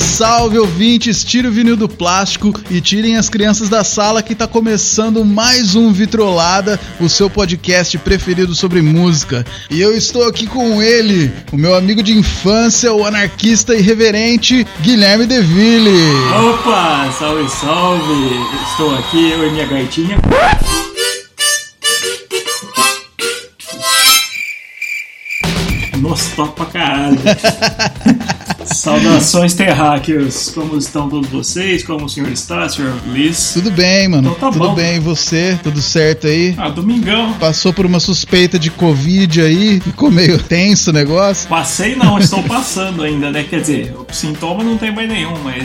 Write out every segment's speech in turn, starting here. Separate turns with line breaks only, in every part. Salve ouvintes, tire o vinil do plástico e tirem as crianças da sala que tá começando mais um Vitrolada, o seu podcast preferido sobre música. E eu estou aqui com ele, o meu amigo de infância, o anarquista irreverente Guilherme Deville.
Opa, salve, salve! Estou aqui, eu e minha gaitinha. Nossa, top pra caralho. Saudações terráqueos, como estão todos vocês? Como o senhor está, senhor Liz?
Tudo bem, mano?
Então tá
Tudo
bom.
bem, e você? Tudo certo aí?
Ah, domingão.
Passou por uma suspeita de Covid aí, ficou meio tenso o negócio.
Passei não, estou passando ainda, né? Quer dizer, o sintoma não tem mais nenhum, mas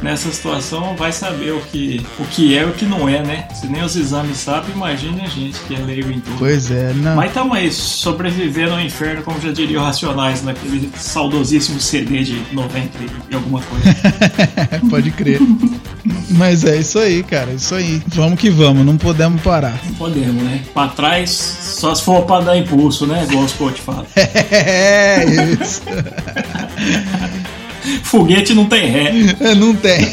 nessa situação vai saber o que, o que é e o que não é, né? Se nem os exames sabem, imagine a gente que é leigo em tudo.
Pois é, não.
Mas então tamo aí, sobrevivendo ao inferno, como já diria o Racionais naquele saudosíssimo CD de 90 e alguma coisa.
Pode crer. Mas é isso aí, cara, é isso aí. Vamos que vamos, não podemos parar.
Podemos, né? Pra trás, só se for pra dar impulso, né? Igual os coach falam.
É isso.
Foguete não tem ré.
Não tem.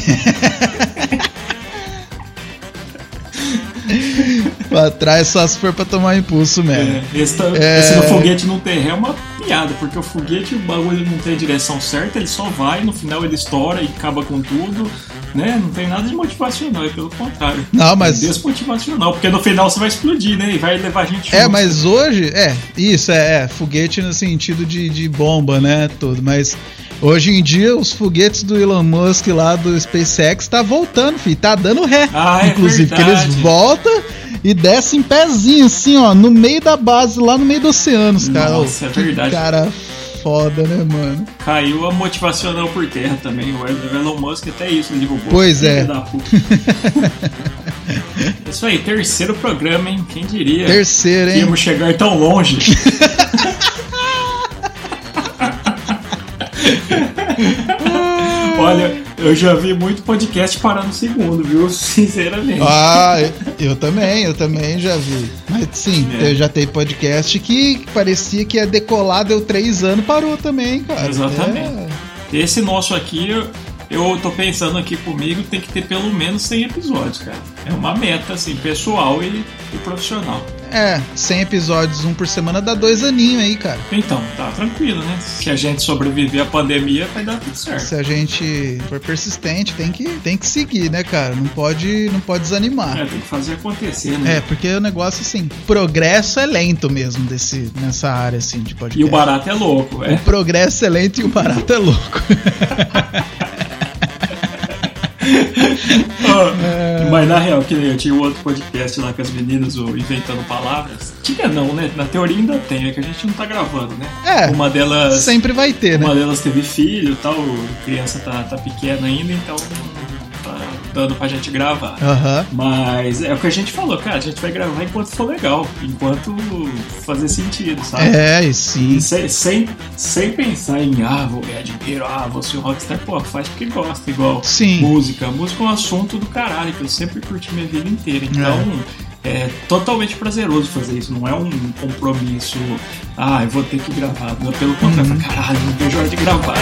pra trás só se for pra tomar impulso mesmo.
É, Esse, tá-
É.
esse do foguete não tem ré é uma piada, porque o foguete, o bagulho ele não tem a direção certa, ele só vai, no final ele estoura e acaba com tudo, né? Não tem nada de motivacional, é pelo contrário. É
Não, mas.
Desmotivacional, porque no final você vai explodir, né? E vai levar a gente
É,
junto.
mas hoje, é, isso, é, é, foguete no sentido de, de bomba, né, tudo, mas hoje em dia os foguetes do Elon Musk lá do SpaceX tá voltando, filho, tá dando ré,
Ah, é
inclusive, porque eles
verdade.
voltam e descem em pezinho, assim, ó, no meio da base, lá no meio do oceano, os caras,
Nossa, é
Que
verdade.
cara foda, né, mano,
Caiu a motivacional por terra também. O Elon Musk até isso ele derrubou.
Pois é.
Filho da puta. É isso aí, terceiro programa, hein? Quem diria?
terceiro,
que
hein,
Íamos chegar tão longe. Olha, eu já vi muito podcast parar no segundo, viu? Sinceramente.
Ah, eu eu também, eu também já vi. Mas sim,
É.
eu já tem podcast que parecia que ia decolar, deu três anos, parou também, cara.
Exatamente.
É.
Esse nosso aqui, eu, eu tô pensando aqui comigo, tem que ter pelo menos 100 episódios, cara. É uma meta, assim, pessoal e, e profissional.
É, 100 episódios, um por semana, dá dois aninhos aí, cara.
Então, tá tranquilo, né? Se a gente sobreviver à pandemia, vai dar tudo certo.
Se a gente for persistente, tem que, tem que seguir, né, cara? Não pode, não pode
É,
desanimar.
tem que fazer acontecer, né?
É, porque o negócio, assim, progresso é lento mesmo desse, nessa área, assim, de podcast.
E o barato é louco, é.
Progresso é lento e o barato é louco. É.
Ah, Mas na real, que nem eu tinha um outro podcast lá com as meninas, o Inventando Palavras. Tinha não, né? Na teoria ainda tem, é que a gente não tá gravando, né?
É,
Uma delas.
Sempre vai ter, né?
Uma delas teve filho e tal, a criança tá, tá pequena ainda, então não tá dando pra gente gravar.
Aham.
Mas é o que a gente falou, cara, a gente vai gravar enquanto for legal, enquanto fazer sentido, sabe?
É, e sim.
Sem, sem, sem pensar em, ah, vou ganhar dinheiro, ah, vou ser um rockstar, pô, faz porque gosta, igual
Sim.
música. Música é um assunto do caralho que eu sempre curti minha vida inteira. Então é, totalmente prazeroso fazer isso. Não é um compromisso. Ah, eu vou ter que gravar. Não, Pelo contrário, eu falo, caralho, não vejo a hora de gravar.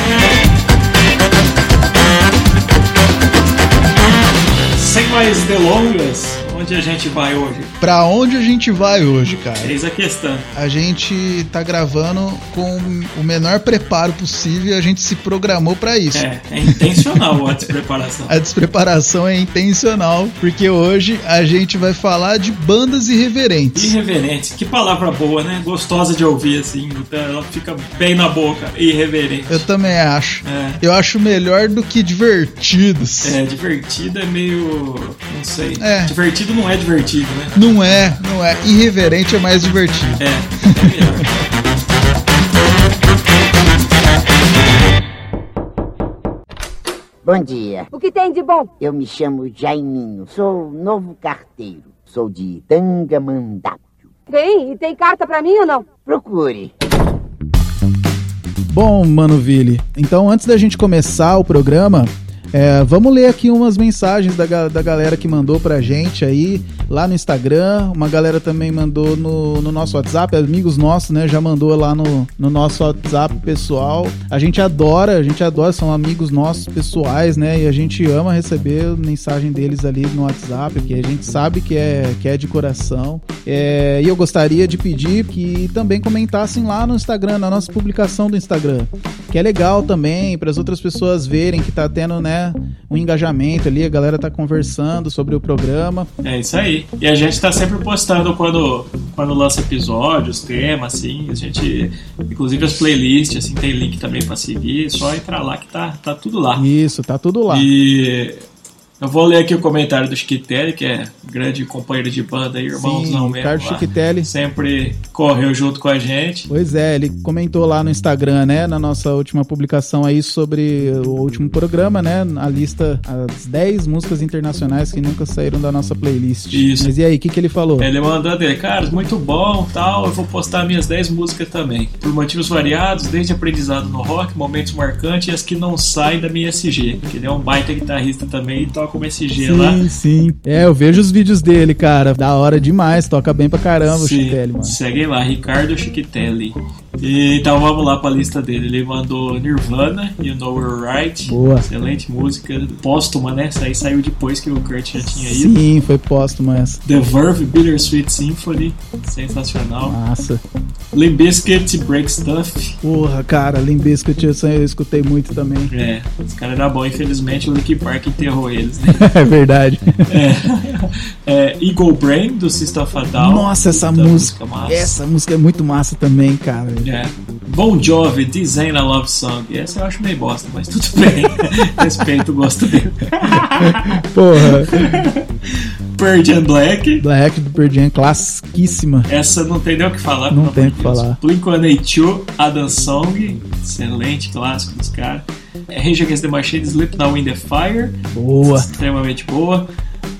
Sem mais delongas, onde a gente vai hoje?
Pra onde a gente vai hoje, cara?
Eis a questão.
A gente tá gravando com o menor preparo possível e a gente se programou pra isso.
É, é intencional a despreparação.
A despreparação é intencional, porque hoje a gente vai falar de bandas irreverentes.
Irreverente, que palavra boa, né? Gostosa de ouvir assim, ela fica bem na boca. Irreverente.
Eu também acho.
É.
Eu acho melhor do que divertidos.
É, divertido é meio. Não sei.
É.
Divertido não é divertido, né?
Não é, não é. Irreverente é mais divertido.
É, é melhor.
Bom dia.
O que tem de bom?
Eu me chamo Jaiminho. Sou novo carteiro. Sou de Tangamandápio.
Tem? E tem carta pra mim ou não?
Procure.
Bom, Mano Vili, então antes da gente começar o programa, É, vamos ler aqui umas mensagens da, ga- da galera que mandou pra gente aí, lá no Instagram. Uma galera também mandou no, no nosso WhatsApp, amigos nossos, né? Já mandou lá no, no nosso WhatsApp pessoal. A gente adora, a gente adora, são amigos nossos pessoais, né? E a gente ama receber mensagem deles ali no WhatsApp, porque a gente sabe que é, que é de coração. É, e eu gostaria de pedir que também comentassem lá no Instagram, na nossa publicação do Instagram que é legal também para as outras pessoas verem que tá tendo, né, um engajamento ali, a galera tá conversando sobre o programa.
É isso aí. E a gente tá sempre postando quando, quando lança episódios, temas, assim. A gente. Inclusive as playlists, assim, tem link também pra seguir. É só entrar lá que tá, tá tudo lá.
Isso, tá tudo lá.
E eu vou ler aqui o comentário do Chiquitelli, que é grande companheiro de banda e irmãozão
Sim,
mesmo.
Ricardo
lá.
Chiquitelli.
Sempre correu junto com a gente.
Pois é, ele comentou lá no Instagram, né, na nossa última publicação aí sobre o último programa, né, a lista, as 10 músicas internacionais que nunca saíram da nossa playlist.
Isso.
Mas e aí, o que, que ele falou?
Ele mandou dele, cara, muito bom tal. Eu vou postar minhas 10 músicas também. Por motivos variados, desde aprendizado no rock, momentos marcantes e as que não saem da minha SG. Que ele é um baita guitarrista também e toca uma SG lá.
Sim, sim. É, eu vejo os vídeos dele, cara. Da hora demais, toca bem pra caramba o
Sim,
Chiquitelli, mano.
Segue lá, Ricardo Chiquitelli. E, então vamos lá pra lista dele. Ele mandou Nirvana, You Know We're Right.
Boa.
Excelente música. Póstuma, né? Essa aí saiu depois que o Kurt já tinha ido.
Sim, foi póstumo essa.
The Verve, Bittersweet Symphony. Sensacional.
Massa.
Limp Bizkit, Break Stuff.
Porra, cara, Limbiscuit eu, eu escutei muito também.
É, os caras eram bons. Infelizmente o Linkin Park enterrou eles, né?
É verdade.
é. É, Eagle Brain, do System of a Down.
Nossa, essa
Puta
música.
massa.
essa música é muito massa também, cara.
É. Bon Jovi, Design a Love Song. Essa eu acho meio bosta, mas tudo bem. Respeito o gosto dele.
Porra,
Purge and Black.
Black do Pearl Jam, classiquíssima.
Essa não tem nem o que falar.
Não
pelo
tem o
amor
que
de Deus.
falar.
Blink-182, Adam Song. Excelente clássico dos caras. Rage Against the Machine, Sleep Now in the Fire.
Boa.
Extremamente boa.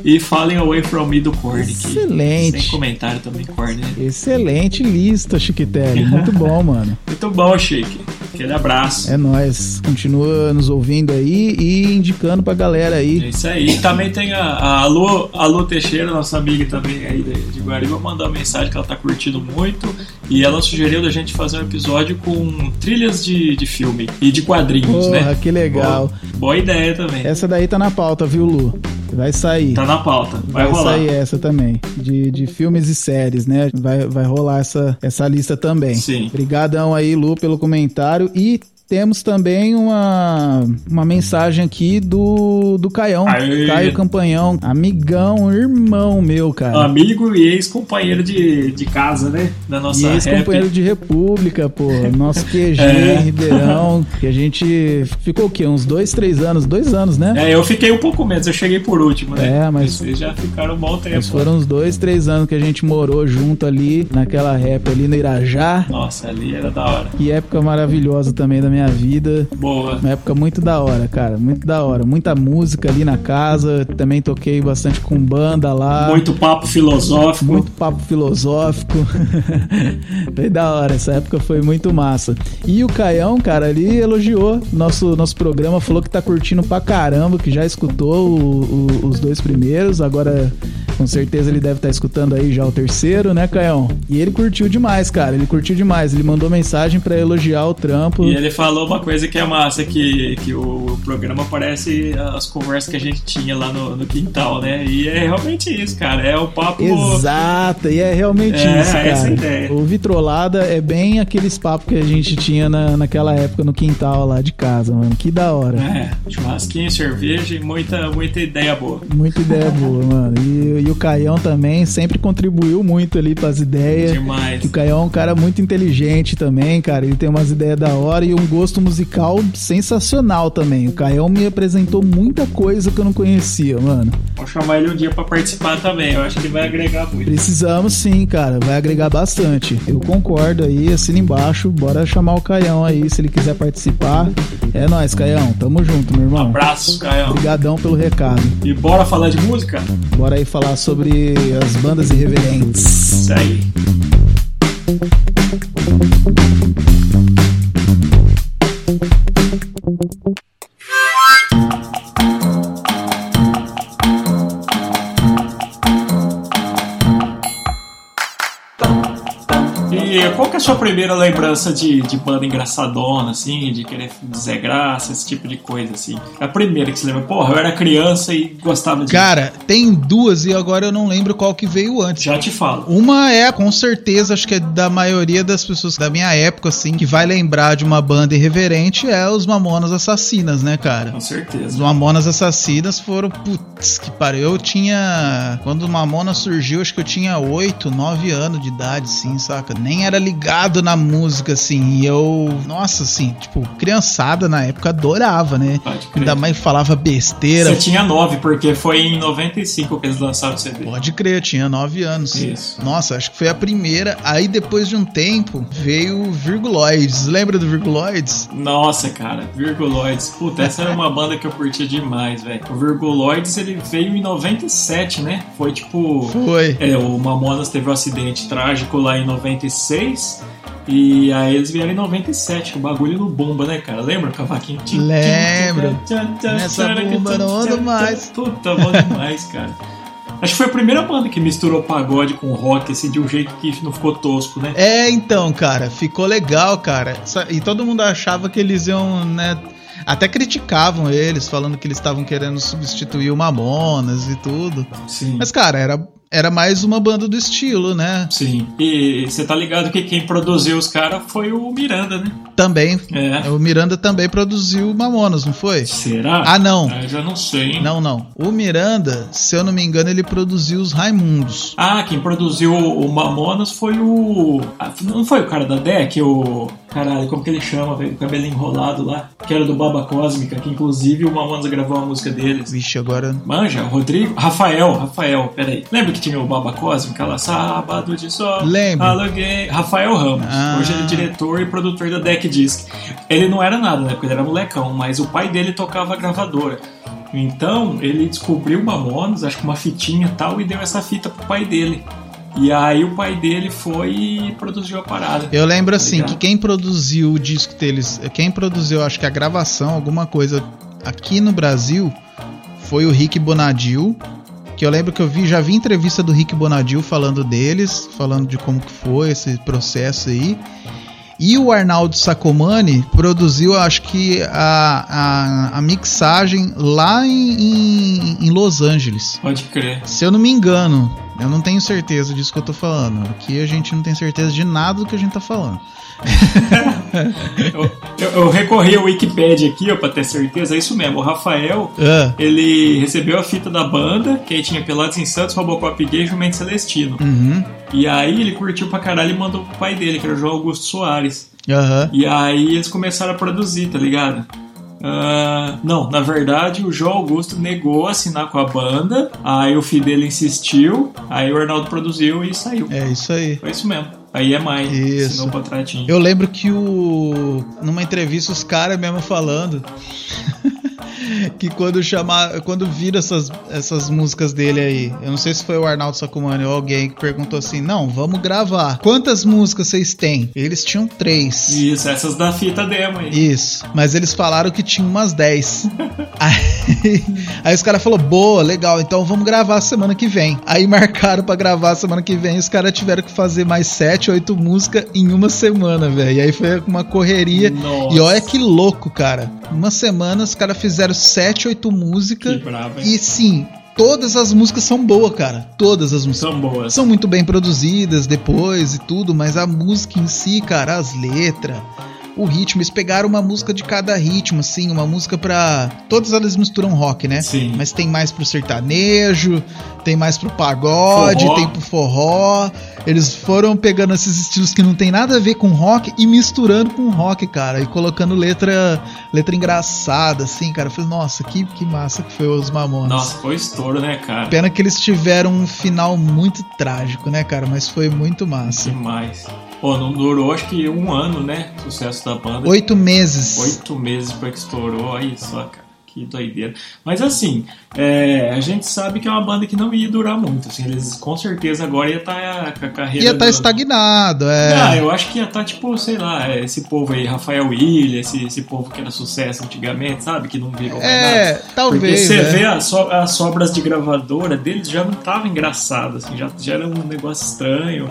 E Falling Away From Me do Korn. que
Excelente.
Sem comentário também, Korn. né?
Excelente lista, Chiquitelli. Muito bom, mano.
Muito bom, Shake. Aquele abraço.
É nóis. Continua nos ouvindo aí e indicando pra galera
É
aí.
isso aí. E também tem a, a Alô, Alô Teixeira, nossa amiga também aí de, de Guariba, mandou uma mensagem que ela tá curtindo muito. E ela sugeriu da gente fazer um episódio com trilhas de, de filme e de quadrinhos,
Porra,
né?
que legal.
Boa, boa ideia também.
Essa daí tá na pauta, viu, Lu? Vai sair.
Tá na pauta. Vai,
Vai,
rolar.
sair essa também, de, de filmes e séries, né? Vai, vai rolar essa, essa lista também.
Sim.
Obrigadão aí, Lu, pelo comentário. E temos também uma, uma mensagem aqui do, do Caião.
Aê.
Caio Campanhão, amigão, irmão meu, cara.
Amigo e ex-companheiro de, de casa, né? Da nossa
E ex-companheiro
rap.
de República, pô. Nosso QG
É.
em Ribeirão. Que a gente ficou o quê? Uns dois, três anos? Dois anos, né?
É, eu fiquei um pouco menos, eu cheguei por último, né?
É, mas-
Vocês já ficaram um bom tempo.
Mas foram uns dois, três anos que a gente morou junto ali, naquela rap ali no Irajá.
Nossa, ali era da hora.
Que época maravilhosa também da minha vida.
Boa.
Uma época muito da hora, cara. Muito da hora. Muita música ali na casa. Também toquei bastante com banda lá.
Muito papo filosófico.
Muito papo filosófico. foi da hora. Essa época foi muito massa. E o Caião, cara, ali elogiou nosso, nosso programa. Falou que tá curtindo pra caramba. Que já escutou o- o- os dois primeiros. Agora. Com certeza ele deve estar escutando aí já o terceiro, né, Caião? E ele curtiu demais, cara. Ele curtiu demais. Ele mandou mensagem pra elogiar o trampo.
E ele falou uma coisa que é massa, que, que o programa parece as conversas que a gente tinha lá no, no quintal, né? E é realmente isso, cara. É o papo.
Exato, e é realmente
É,
isso, cara.
essa é a ideia.
O Vitrolada é bem aqueles papos que a gente tinha na, naquela época no quintal lá de casa, mano. Que da hora.
É, churrasquinho, cerveja e muita, muita ideia boa.
Muita ideia boa, mano. E, e o Caião também sempre contribuiu muito ali pras ideias.
Demais.
Que o Caião é um cara muito inteligente também, cara. Ele tem umas ideias da hora e um gosto musical sensacional também. O Caião me apresentou muita coisa que eu não conhecia, mano.
Vou chamar ele um dia pra participar também. Eu acho que vai agregar muito.
Precisamos sim, cara. Vai agregar bastante. Eu concordo aí, assina embaixo. Bora chamar o Caião aí, se ele quiser participar. É nóis, Caião. Tamo junto, meu irmão.
Um Abraço, Caio.
Obrigadão pelo recado.
E bora falar de música?
Bora aí falar sobre as bandas irreverentes.
Isso aí. E qual que é a sua primeira lembrança de, de banda engraçadona, assim, de querer dizer graça, esse tipo de coisa, assim? A primeira que você lembra, porra, eu era criança e gostava de.
Cara, tem duas e agora eu não lembro qual que veio antes.
Já te falo.
Uma é, com certeza, acho que é da maioria das pessoas da minha época, assim, que vai lembrar de uma banda irreverente é os Mamonas Assassinas, né, cara?
Com
Os
certeza.
Mamonas Assassinas foram. Putz, que pariu. Eu tinha. Quando o Mamona surgiu, acho que eu tinha 8, 9 anos de idade, sim, saca? Nem era ligado na música, assim. E eu. Nossa, assim, tipo, criançada na época adorava, né?
Pode crer.
Ainda mais falava besteira.
Você tinha nove, porque foi em 95 que eles lançaram o CD.
Pode crer, eu tinha 9 anos.
Isso.
Nossa, acho que foi a primeira. Aí depois de um tempo veio o Virguloides. Lembra do Virguloides?
Nossa, cara, Virguloides. Puta, essa era uma banda que eu curtia demais, velho. O Virguloides, ele veio em 97, né? Foi tipo.
Foi.
É, o Mamonas teve um acidente trágico lá em 96. E aí eles vieram em 97, que o bagulho no bomba, né, cara? Lembra? Cavaquinho. Tim, tim, tim,
Lembro.
tchan, tchan,
Nessa
tchan,
bomba não
tchan,
ando
tchan,
mais.
Puta, bom demais, cara. Acho que foi a primeira banda que misturou pagode com rock, assim, de um jeito que não ficou tosco, né?
É, então, cara, ficou legal, cara. Sa- E todo mundo achava que eles iam, né? Até criticavam eles, falando que eles estavam querendo substituir o Mamonas e tudo.
Sim.
Mas, cara, era, era mais uma banda do estilo, né?
Sim. E você tá ligado que quem produziu os caras foi o Miranda, né?
Também.
É.
O Miranda também produziu o Mamonas, não foi?
Será?
Ah, não.
eu já não sei, hein?
Não, não. O Miranda, se eu não me engano, ele produziu os Raimundos.
Ah, quem produziu o Mamonas foi o. ah, Não foi o cara da DEC, o. Caralho, como que ele chama, velho? O cabelo enrolado lá, que era do Baba Cósmica, que inclusive o Mamonas gravou a música deles.
Vixe, agora.
Manja, o Rodrigo. Rafael, Rafael, peraí. Lembra que tinha o Baba Cósmica lá? Sábado de sol.
Lembro.
Aluguei. Rafael Ramos.
Ah.
Hoje ele é diretor e produtor da Deck Disc. Ele não era nada, né? Porque ele era molecão, mas o pai dele tocava a gravadora. Então, ele descobriu Mamonas, acho que uma fitinha e tal, e deu essa fita pro pai dele. E aí o pai dele foi e produziu a parada.
Eu lembro assim
Legal.
que quem produziu o disco deles, quem produziu, acho que a gravação, alguma coisa aqui no Brasil, foi o Rick Bonadil. Que eu lembro que eu vi, já vi entrevista do Rick Bonadil falando deles, falando de como que foi esse processo aí. E o Arnaldo Sacomani produziu, acho que, a, a, a mixagem lá em- em- em Los Angeles.
Pode crer.
Se eu não me engano, eu não tenho certeza disso que eu tô falando. Aqui a gente não tem certeza de nada do que a gente tá falando.
Eu, eu- eu recorri ao Wikipedia aqui, ó, pra ter certeza. É isso mesmo, o Rafael
Ah,
Ele recebeu a fita da banda, que aí tinha Pelados em Santos, Robocop Gay e Jumento Celestino.
uhum,
E aí ele curtiu pra caralho e mandou pro pai dele, que era o João Augusto Soares.
aham.
E aí eles começaram a produzir, tá ligado? Ah, não, na verdade o João Augusto negou assinar com a banda, aí o filho dele insistiu, aí o Arnaldo produziu e saiu.
É isso aí.
Foi isso mesmo. Aí é mais,
Isso.
assinou o contratinho.
Eu lembro que o. numa entrevista os caras mesmo falando. que quando chamar. Quando viram essas, essas músicas dele aí. Eu não sei se foi o Arnaldo Sacumani ou alguém que perguntou assim: não, vamos gravar. Quantas músicas vocês têm? Eles tinham três.
Isso, essas da fita demo aí.
Isso, mas eles falaram que tinha umas 10. aí, aí os caras falaram, boa, legal, então vamos gravar semana que vem. Aí marcaram pra gravar semana que vem, os caras tiveram que fazer mais 7, 8 músicas em uma semana, velho. E aí foi uma correria.
Nossa,
E olha que louco, cara. Uma semana os caras fizeram 7, 8
que
músicas.
brava, hein?
E sim, todas as músicas são boas, cara. Todas as músicas
São boas.
são muito bem produzidas depois e tudo, mas a música em si, cara, as letras, o ritmo, eles pegaram uma música de cada ritmo, assim, uma música pra. Todas elas misturam rock, né?
Sim.
Mas tem mais pro sertanejo, tem mais pro pagode,
Forró.
tem pro forró. Eles foram pegando esses estilos que não tem nada a ver com rock e misturando com rock, cara. E colocando letra letra engraçada, assim, cara. Eu falei, nossa, que, que massa que foi os Mamonas.
Nossa, foi estouro, né, cara?
Pena que eles tiveram um final muito trágico, né, cara? Mas foi muito massa.
Demais. Pô, não durou acho que um ano, né? O sucesso da banda.
Oito meses.
Oito meses pra que estourou, aí só, cara. Que doideira. Mas assim, é, a gente sabe que é uma banda que não ia durar muito. Assim, eles com certeza agora ia estar com a carreira.
Ia estar
do-
tá estagnado,
Ah,
é.
eu acho que ia estar, tipo, sei lá, é, esse povo aí, Rafael Willian, esse, esse povo que era sucesso antigamente, sabe? Que não virou mais nada.
é,
Porque
talvez.
você
né?
vê as, so- as sobras de gravadora deles já não tava engraçado, assim, já, já era um negócio estranho.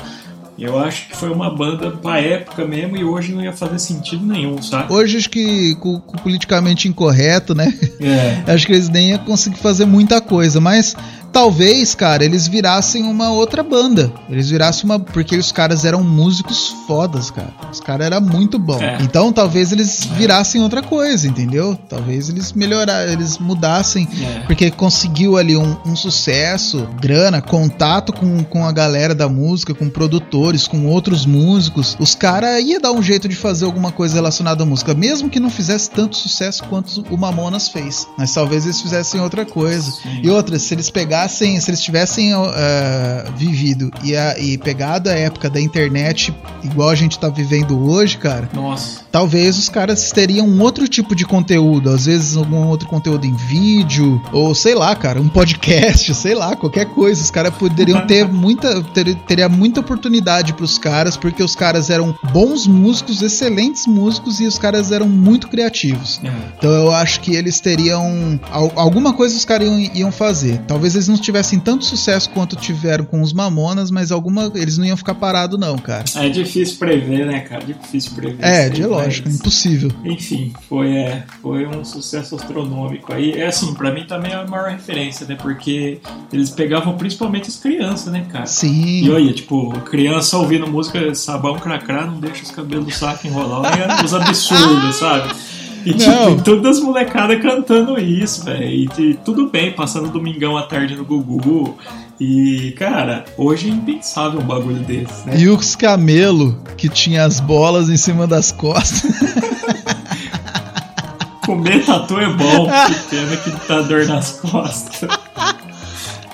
Eu acho que foi uma banda pra época mesmo e hoje não ia fazer sentido nenhum, sabe?
Hoje acho que com, com o politicamente incorreto, né?
É.
Acho que eles nem iam conseguir fazer muita coisa, mas talvez, cara, eles virassem uma outra banda. Eles virassem uma. Porque os caras eram músicos fodas, cara. Os caras eram muito bom.
É.
Então talvez eles virassem outra coisa, entendeu? Talvez eles melhorassem, eles mudassem.
É.
Porque conseguiu ali um, um sucesso, grana, contato com, com a galera da música, com produtores, com outros músicos. Os caras ia dar um jeito de fazer alguma coisa relacionada à música, mesmo que não fizesse tanto sucesso quanto o Mamonas fez. Mas talvez eles fizessem outra coisa.
Sim.
E outra, se eles pegassem, se eles tivessem ah, vivido e, a- e pegado a época da internet igual a gente tá vivendo hoje, cara,
Nossa.
talvez os caras teriam um outro tipo de conteúdo, às vezes algum outro conteúdo em vídeo, ou sei lá, cara, um podcast, sei lá, qualquer coisa. Os caras poderiam ter muita, ter- teria muita oportunidade pros caras, porque os caras eram bons músicos, excelentes músicos e os caras eram muito criativos.
É.
Então eu acho que eles teriam. al- Alguma coisa os caras iam, iam fazer. Talvez eles não tivessem tanto sucesso quanto tiveram com os Mamonas, mas alguma. Eles não iam ficar parados, não, cara.
É difícil prever, né, cara? Difícil prever.
É,
isso aí,
de lógico, então.
mas-
impossível.
Enfim, foi, é, foi um sucesso astronômico. Aí, é assim, pra mim também é a maior referência, né? Porque eles pegavam principalmente as crianças, né, cara? E
Sim.
olha, tipo, criança ouvindo música sabão cracrá, não deixa os cabelos do saco enrolar, olha os absurdos, sabe? E tipo,
Não.
todas as molecadas cantando isso, velho. E, e tudo bem, passando domingão à tarde no Gugu. E, cara, hoje é impensável um bagulho desse, né?
E os camelo que tinha as bolas em cima das costas.
Comer tatu é bom, que pena que tá dor nas costas.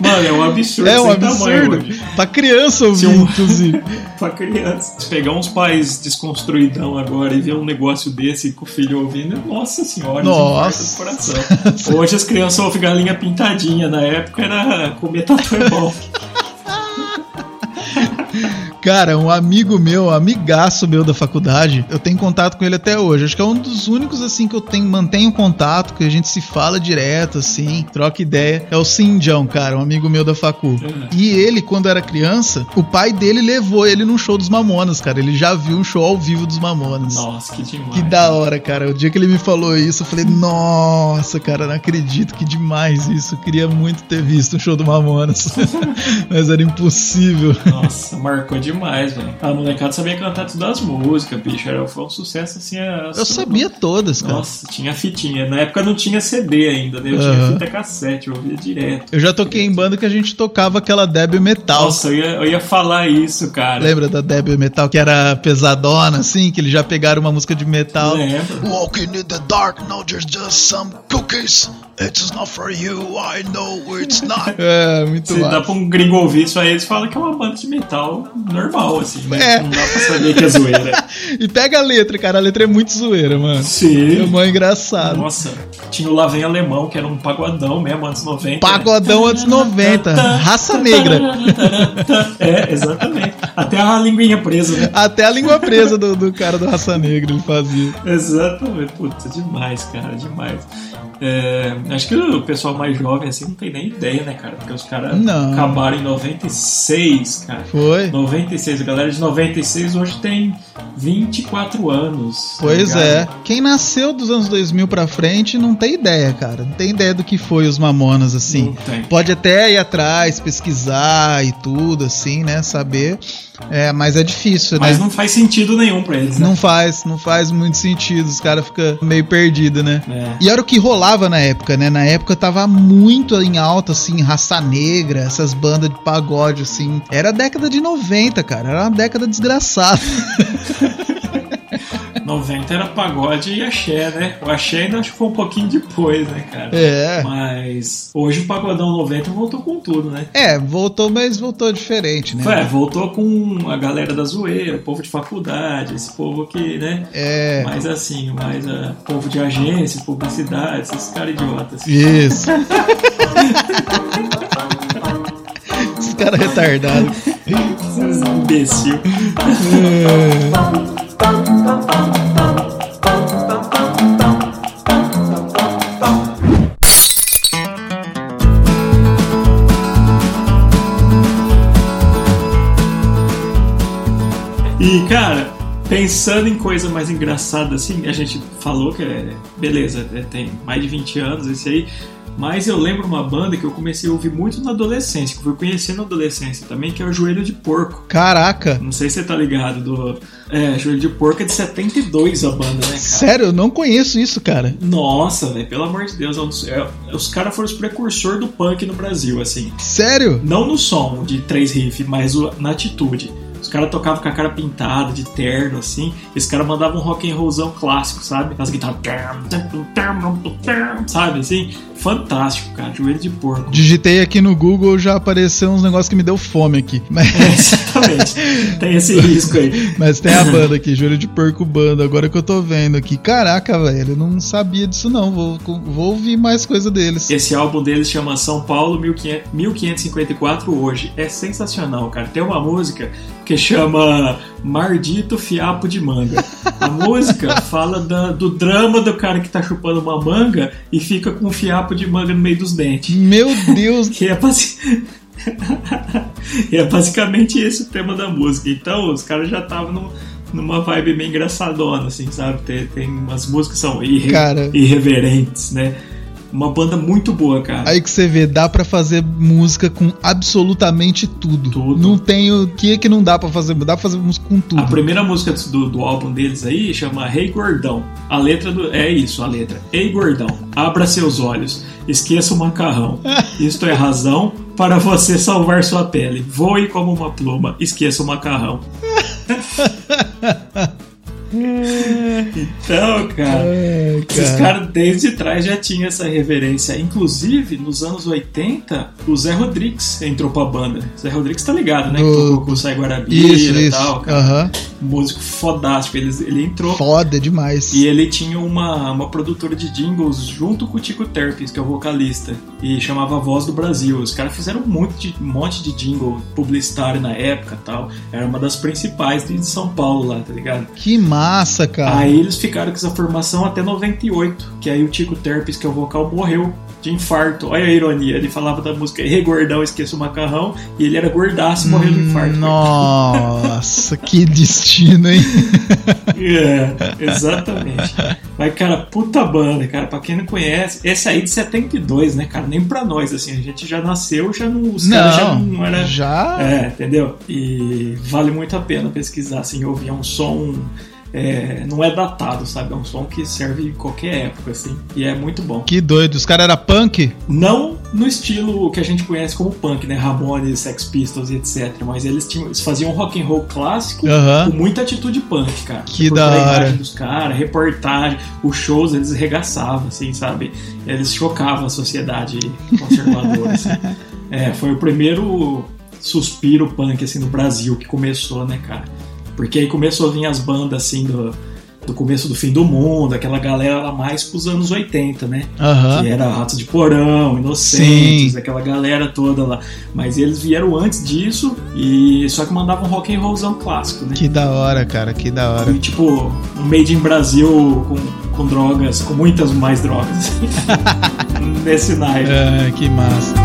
Mano, é um absurdo
É um
sem tamanho.
absurdo.
hoje.
Pra criança ouvir,
um-
inclusive.
pra criança. Se pegar uns pais desconstruidão agora e ver um negócio desse com o filho ouvindo, nossa senhora, isso
Nossa.
infarta do coração. Hoje as crianças ouvem galinha pintadinha, na época era comer tatu é bom.
Cara, um amigo meu, um amigaço meu da faculdade, eu tenho contato com ele até hoje. Acho que é um dos únicos, assim, que eu tenho, mantenho contato, que a gente se fala direto, assim, troca ideia. É o Sinjão, cara, um amigo meu da facu. E ele, quando era criança, o pai dele levou ele num show dos Mamonas, cara. Ele já viu um show ao vivo dos Mamonas.
Nossa, que demais.
Que da hora, cara. O dia que ele me falou isso, eu falei, nossa, cara, não acredito, que demais isso. Eu queria muito ter visto um show do Mamonas. Mas era impossível.
Nossa, marcou demais, velho. A molecada sabia cantar todas as músicas, bicho. Era, foi um sucesso assim.
Eu sabia todas, cara.
Nossa, tinha fitinha. Na época não tinha CD ainda, né? Eu tinha
Aham.
fita cassete, eu ouvia direto.
Eu já toquei em banda que a gente tocava aquela Debbie Metal.
Nossa, eu ia, eu ia falar isso, cara.
Lembra da Debbie Metal que era pesadona, assim? Que eles já pegaram uma música de metal.
Lembro.
Walking in the dark, no, there's just some cookies. It's not for you, I know it's not. É, muito
Se dá
massa.
pra um gringo ouvir isso aí, eles falam que é uma banda de metal normal, assim, né?
É.
Não dá pra saber que é zoeira.
E pega a letra, cara. A letra é muito zoeira, mano. É
Sim.
mó engraçado.
Nossa, tinha o Lá Vem Alemão, que era um pagodão mesmo, anos 90. né?
Pagodão antes 90, raça negra.
É, exatamente. Até a linguinha presa, né?
Até a língua presa do, do cara do Raça Negra ele fazia.
Exatamente. Puta, demais, cara, demais. É, acho que o pessoal mais jovem, assim, não tem nem ideia, né, cara? Porque os caras
Não.
acabaram em 96, cara.
Foi?
96, a galera de 96 hoje tem 24 anos. tá
Pois
ligado?
é. Quem nasceu dos anos 2000 pra frente não tem ideia, cara. Não tem ideia do que foi os Mamonas, assim.
Não tem.
Pode até ir atrás, pesquisar e tudo, assim, né? Saber. É, mas é difícil, né?
Mas não faz sentido nenhum pra eles, né?
Não faz, não faz muito sentido. Os caras ficam meio perdidos, né?
É.
E era o que rolava na época, né? Na época tava muito em alta, assim, raça negra, essas bandas de pagode, assim. Era a década de 90, cara. Era uma década desgraçada.
90 era pagode e axé, né? O axé ainda acho que foi um pouquinho depois, né, cara?
É.
Mas hoje o pagodão 90 voltou com tudo, né?
É, voltou, mas voltou diferente, né?
É, voltou com a galera da zoeira, o povo de faculdade, esse povo que, né?
É.
Mais assim, mais ah, povo de agência, publicidade, esses caras idiotas.
Isso. Esse cara é retardado.
Esses imbecil. E, cara, pensando em coisa mais engraçada, assim, a gente falou que é. Beleza, é, tem mais de 20 anos esse aí. Mas eu lembro uma banda que eu comecei a ouvir muito na adolescência, que eu fui conhecer na adolescência também, que é o Joelho de Porco.
Caraca.
Não sei se você tá ligado do. É, Joelho de Porco é de 72 a banda, né, cara?
Sério, eu não conheço isso, cara.
Nossa, velho, pelo amor de Deus, é um dos- é- os caras foram os precursores do punk no Brasil, assim.
Sério?
Não no som de três riffs, mas o- na atitude. Os caras tocavam com a cara pintada, de terno, assim. Esse cara mandava um rock and rollzão clássico, sabe? As guitarras. Sabe assim? Fantástico, cara. Joelho de porco.
Digitei aqui no Google, já apareceu uns negócios que me deu fome aqui. Mas,
É, exatamente. Tem esse risco aí.
mas tem a banda aqui, Joelho de Porco Banda, agora que eu tô vendo aqui. Caraca, velho, eu não sabia disso não. Vou, vou ouvir mais coisa deles.
Esse álbum deles chama São Paulo 1500 1554 hoje. É sensacional, cara. Tem uma música que chama Mardito Fiapo de Manga. A música fala da- do drama do cara que tá chupando uma manga e fica com um fiapo de manga no meio dos dentes.
Meu Deus,
Que é, basi- é basicamente esse o tema da música. Então, os caras já estavam num- numa vibe meio engraçadona, assim, sabe? Tem, tem umas músicas que são irre-
Cara.
irreverentes, né? Uma banda muito boa, cara.
Aí que você vê, dá pra fazer música com absolutamente tudo.
Tudo.
Não tem o que é que não dá pra fazer, dá pra fazer música com tudo.
A primeira música do, do álbum deles aí chama Rei Gordão. A letra do, é isso, a letra. Ei Gordão, abra seus olhos, esqueça o macarrão. Isto é razão para você salvar sua pele. Voe como uma pluma, esqueça o macarrão. Então, cara,
É,
esses
cara.
caras desde trás já tinham essa reverência. Inclusive, nos anos 80, o Zé Rodrigues entrou pra banda. Zé Rodrigues tá ligado, né? Que
Do-
tocou com o Sai Guarabira
Isso,
e
isso. Ah.
tal. Cara
Aham.
músico fodástico. Ele, ele entrou
Foda demais.
e ele tinha uma, uma produtora de jingles junto com o Tico Terpes, que é o vocalista, e chamava Voz do Brasil. Os caras fizeram um monte de, um monte de jingle publicitário na época e tal. Era uma das principais de São Paulo lá, tá ligado?
Que massa, cara.
Aí eles ficaram com essa formação até 98, que aí o Tico Terpes, que é o vocal, morreu de infarto. Olha a ironia, ele falava da música Ei, gordão, esqueça o macarrão, e ele era gordaço e morreu de
Hum,
infarto.
Nossa, que destino, hein?
É, exatamente. Mas, cara, puta banda, cara. Pra quem não conhece, esse aí de 72, né, cara? Nem pra nós, assim. A gente já nasceu, já não. Os caras já
Não,
não era.
já.
É, entendeu? E vale muito a pena pesquisar, assim, ouvir. É um som. é, não é datado, sabe? É um som que serve em qualquer época, assim. E é muito bom.
Que doido, os caras eram punk?
Não no estilo que a gente conhece como punk, né? Ramones, Sex Pistols e etc. Mas eles, tinham, eles faziam rock and roll clássico
Aham.
com muita atitude punk, cara.
Que
Tipo,
da
a imagem
hora.
dos caras, reportagem, os shows eles regaçavam, assim, sabe? Eles chocavam a sociedade conservadora, assim. É, foi o primeiro suspiro punk, assim, no Brasil que começou, né, cara? Porque aí começou a vir as bandas, assim, do, do começo do fim do mundo, aquela galera lá mais pros anos 80, né?
Aham.
Que era Ratos de Porão, Inocentes,
Sim.
aquela galera toda lá. Mas eles vieram antes disso e só que mandavam rock and rollzão clássico, né?
Que da hora, cara, que da hora.
E, tipo, um Made in Brasil com, com drogas, com muitas mais drogas. Nesse naipe.
É, que massa.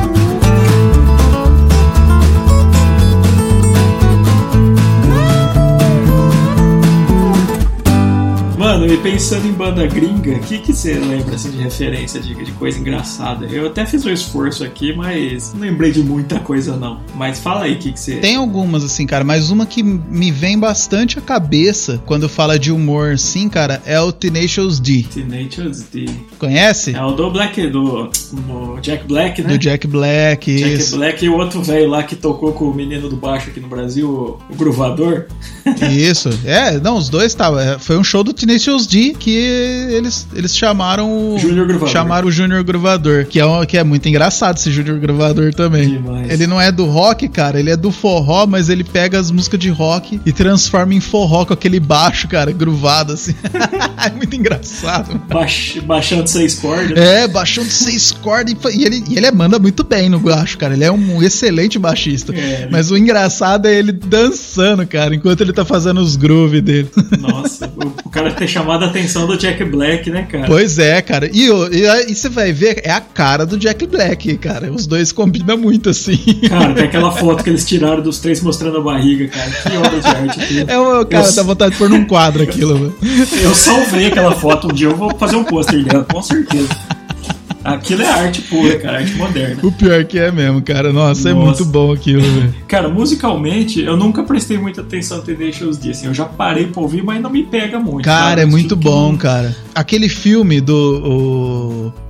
Mano, e pensando em banda gringa, o que, que você lembra assim, de referência, de, de coisa engraçada? Eu até fiz um esforço aqui, mas não lembrei de muita coisa, não. Mas fala aí o que, que você.
Tem algumas, assim, cara, mas uma que me vem bastante à cabeça quando fala de humor, assim, cara, é o Tenacious D.
Teenagers D.
Conhece?
É o do Black, do, do Jack Black, né?
Do Jack Black,
Jack
isso.
Black e o outro velho lá que tocou com o menino do baixo aqui no Brasil, o, o Gruvador.
Isso. É, não, os dois estavam. é, Foi um show do Tenacious D que eles, eles chamaram o.
Júnior Gruvador.
Chamaram o Júnior Gruvador, que é, um- que é muito engraçado esse Júnior Gruvador também.
Demais.
Ele não é do rock, cara, ele é do forró, mas ele pega as músicas de rock e transforma em forró com aquele baixo, cara, gruvado assim. é muito engraçado.
Baix- baixando seis cordas.
É, baixão de seis cordas e fa- e, ele, e ele é, manda muito bem no baixo, cara. Ele é um excelente baixista.
É.
Mas o engraçado é ele dançando, cara, enquanto ele tá fazendo os grooves dele.
Nossa, o cara ter chamado a atenção do Jack Black, né, cara?
Pois é, cara. E, o- e aí você vai ver, é a cara do Jack Black, cara. Os dois combinam muito, assim.
Cara, tem aquela foto que eles tiraram dos três mostrando a barriga, cara. Que obra de arte aquilo.
É o cara,
Eu-
dá vontade de pôr num quadro aquilo, mano.
Eu salvei aquela foto um dia, eu vou fazer um pôster dela, com certeza. Aquilo é arte pura, cara, arte moderna.
O pior que é mesmo, cara. Nossa, é
Nossa.
muito bom aquilo, velho.
Cara, musicalmente, eu nunca prestei muita atenção no Tenacious D, assim, eu já parei pra ouvir, mas não me pega muito.
Cara,
sabe?
é
Tipo
muito
que-
bom, cara. Aquele filme do. O...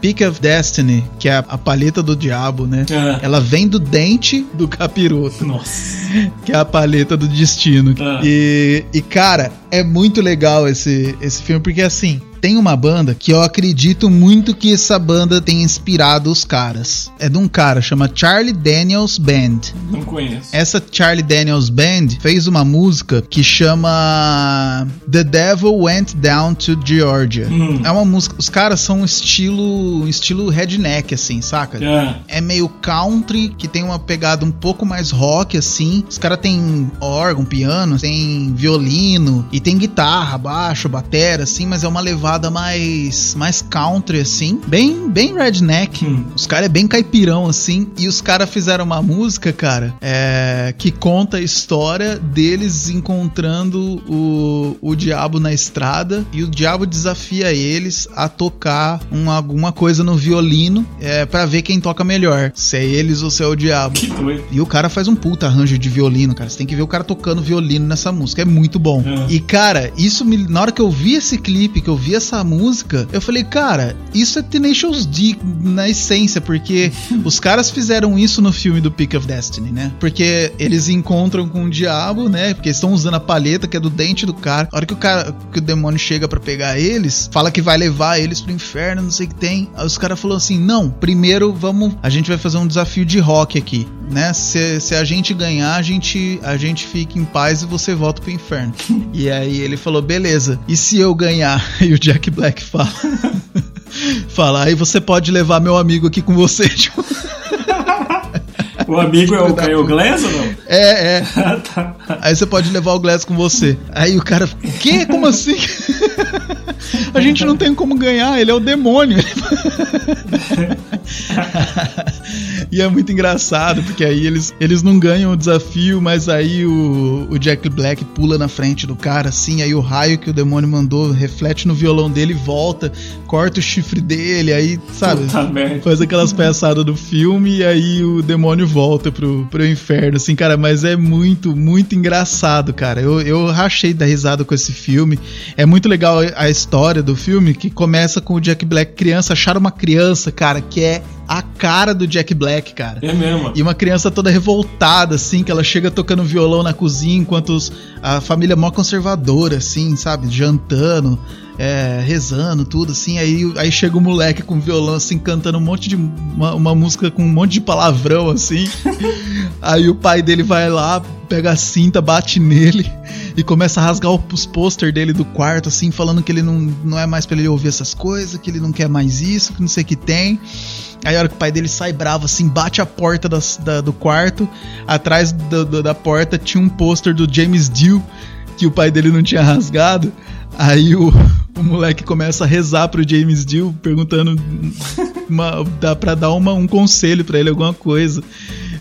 Peak of Destiny, que é a palheta do diabo, né?
Ah.
Ela vem do dente do capiroto.
É. Nossa.
que é a paleta do destino.
Ah.
E, e, cara, é muito legal esse, esse filme, porque assim, tem uma banda que eu acredito muito que essa banda tenha inspirado os caras. É de um cara, chama Charlie Daniels Band.
Não conheço.
Essa Charlie Daniels Band fez uma música que chama The Devil Went Down to Georgia.
Hum.
É uma música. Os caras são um estilo, um estilo redneck, assim, saca?
Ah,
é meio country, que tem uma pegada um pouco mais rock, assim. Os caras tem órgão, piano, tem violino e tem guitarra, baixo, batera, assim, mas é uma levada mais mais country, assim. Bem, bem redneck.
Hum.
Os caras é bem caipirão, assim. E os caras fizeram uma música, cara, é, que conta a história deles encontrando o, o diabo na estrada. E o diabo desafia eles a tocar um- alguma coisa no violino é, para ver quem toca melhor. Se é eles ou se é o diabo.
que doido.
E o cara faz um puta arranjo de violino, cara. Você tem que ver o cara tocando violino nessa música. É muito bom.
É.
E, cara, isso me. Na hora que eu vi esse clipe, que eu vi essa música, eu falei, cara, isso é Tenacious D na essência, porque os caras fizeram isso no filme do Peak of Destiny, né? Porque eles encontram com o diabo, né? Porque eles estão usando a palheta que é do dente do cara. A hora que o cara, que o demônio chega pra pegar eles, fala que vai levar eles pro inferno, não sei o que tem. Aí os caras falaram assim: não, primeiro vamos. A gente vai fazer um desafio de rock aqui, né? Se, se a gente ganhar, a gente, a gente fica em paz e você volta pro inferno. e aí ele falou: beleza, e se eu ganhar? E o Jack Black fala. Fala, aí você pode levar meu amigo aqui com você. Tipo,
O amigo é o
Filho da
Caio
puta.
Glass ou não?
é, é.
Ah, tá.
Aí você pode levar o Glass com você. Aí o cara, o quê? Como assim? A gente não tem como ganhar, ele é o demônio. e é muito engraçado, porque aí eles, eles não ganham o desafio, mas aí o, o Jack Black pula na frente do cara, assim, aí o raio que o demônio mandou reflete no violão dele e volta, corta o chifre dele, aí, sabe?
Puta merda.
Faz aquelas peçadas do filme e aí o demônio volta pro, pro inferno, assim, cara. Mas é muito, muito engraçado, cara. Eu, eu rachei da risada com esse filme. É muito legal a história do filme, que começa com o Jack Black criança. Acharam uma criança, cara, que é a cara do Jack Black, cara.
É mesmo.
E uma criança toda revoltada, assim, que ela chega tocando violão na cozinha, enquanto os- a família é mó conservadora, assim, sabe? Jantando, é, rezando, tudo, assim. Aí, aí chega o moleque com violão, assim, cantando um monte de. Uma, uma música com um monte de palavrão, assim. aí o pai dele vai lá, pega a cinta, bate nele e começa a rasgar os pôster dele do quarto, assim, falando que ele não, não é mais pra ele ouvir essas coisas, que ele não quer mais isso, que não sei o que tem. Aí a hora que o pai dele sai bravo, assim, bate a porta das- da- do quarto. Atrás do- do- da porta tinha um pôster do James Deal que o pai dele não tinha rasgado. Aí o, o moleque começa a rezar pro James Deal, perguntando uma, dá pra dar uma- um conselho pra ele, alguma coisa.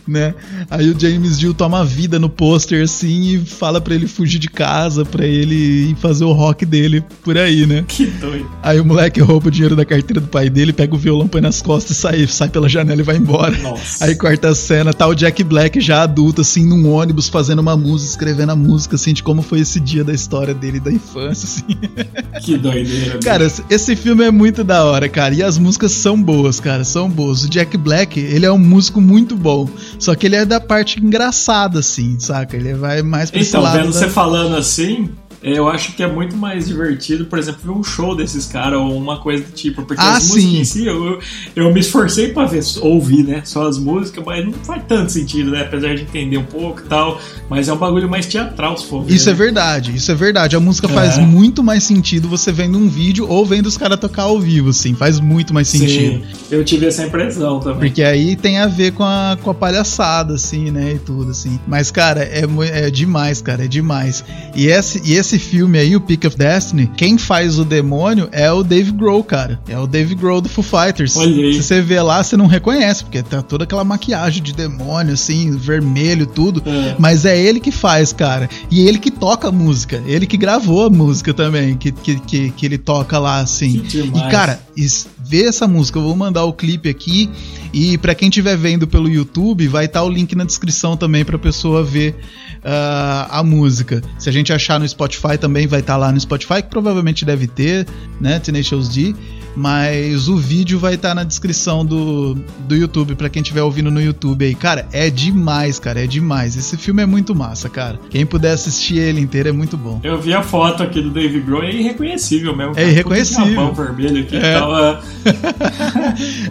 Né? Aí o James Deal toma vida no pôster assim e fala pra ele fugir de casa, pra ele ir fazer o rock dele por aí, né?
Que doido.
Aí o moleque rouba o dinheiro da carteira do pai dele, pega o violão, põe nas costas e sai, sai pela janela e vai embora.
Nossa.
Aí corta a cena, tá o Jack Black já adulto, assim, num ônibus, fazendo uma música, escrevendo a música, assim, de como foi esse dia da história dele, da infância, assim.
Que doideira.
Cara, esse- esse filme é muito da hora, cara. E as músicas são boas, cara, são boas. O Jack Black, ele é um músico muito bom. Só que ele é da parte engraçada, assim, saca? Ele vai mais pra esse
Então,
lado. da-
vendo você falando assim, eu acho que é muito mais divertido, por exemplo, ver um show desses caras ou uma coisa do tipo. Porque
Ah,
as
sim.
músicas em si, eu, eu- eu me esforcei pra ver, ouvir, né? Só as músicas, mas não faz tanto sentido, né? Apesar de entender um pouco e tal. Mas é um bagulho mais teatral, se for ver,
Isso é
né?
verdade, isso é verdade. A música faz
É.
muito mais sentido você vendo um vídeo ou vendo os caras tocar ao vivo, assim. Faz muito mais sentido.
Sim, eu tive essa impressão também.
Porque aí tem a ver com a, com a palhaçada, assim, né? E tudo, assim. Mas, cara, é, mu- é demais, cara, é demais. E esse, e esse nesse filme aí, o Peak of Destiny, quem faz o demônio é o Dave Grohl, cara. É o Dave Grohl do Foo Fighters.
Olha aí.
Se você vê lá, você não reconhece, porque tá toda aquela maquiagem de demônio, assim, vermelho, tudo.
É.
Mas é ele que faz, cara. E ele que toca a música. Ele que gravou a música também, que, que, que, que ele toca lá, assim.
Que demais.
E, cara, es- vê essa música. Eu vou mandar o clipe aqui. E pra quem estiver vendo pelo YouTube, vai estar o link na descrição também pra pessoa ver ah, a música. Se a gente achar no Spotify também, vai estar lá no Spotify, que provavelmente deve ter, né? Tenacious D. Mas o vídeo vai estar na descrição do, do YouTube, pra quem estiver ouvindo no YouTube aí. Cara, é demais, cara, é demais. Esse filme é muito massa, cara. Quem puder assistir ele inteiro é muito bom.
Eu vi a foto aqui do Dave Grohl, é irreconhecível mesmo.
É irreconhecível.
Com vermelho aqui,
É.
tava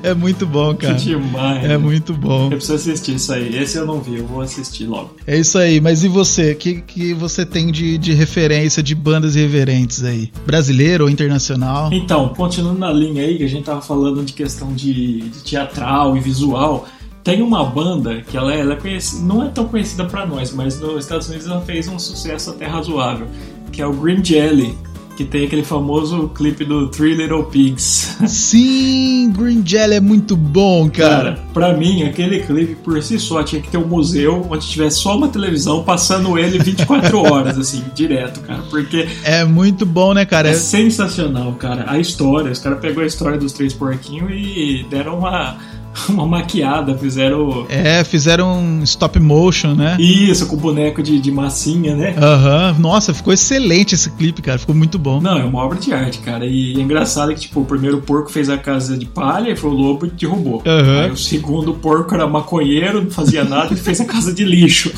É muito bom,
que
cara.
demais.
É muito bom.
Eu preciso assistir isso aí. Esse eu não vi, eu vou assistir logo.
É isso aí, mas e você? O que, que você tem de, de referência de bandas irreverentes aí? Brasileiro ou internacional?
Então, continuando na linha aí, que a gente tava falando de questão de, de teatral e visual, tem uma banda que ela, é- ela é conheci- não é tão conhecida pra nós, mas nos Estados Unidos ela fez um sucesso até razoável, que é o Green Jelly, que tem aquele famoso clipe do Three Little Pigs.
Sim, Green Jelly é muito bom, cara.
Cara, pra mim, aquele clipe por si só tinha que ter um museu onde tivesse só uma televisão passando ele 24 horas, assim, direto, cara. Porque
É muito bom, né, cara?
é
É-
sensacional, cara. A história, os caras pegou a história dos três porquinhos e deram uma, uma maquiada, fizeram
É, fizeram um stop motion, né?
isso com boneco de, de massinha, né?
Aham, nossa, ficou excelente esse clipe, cara. Ficou muito bom.
Não, é uma obra de arte, cara. E é engraçado que, tipo, o primeiro porco fez a casa de palha e foi o lobo e derrubou.
Aham.
Aí o segundo porco era maconheiro, não fazia nada e fez a casa de lixo.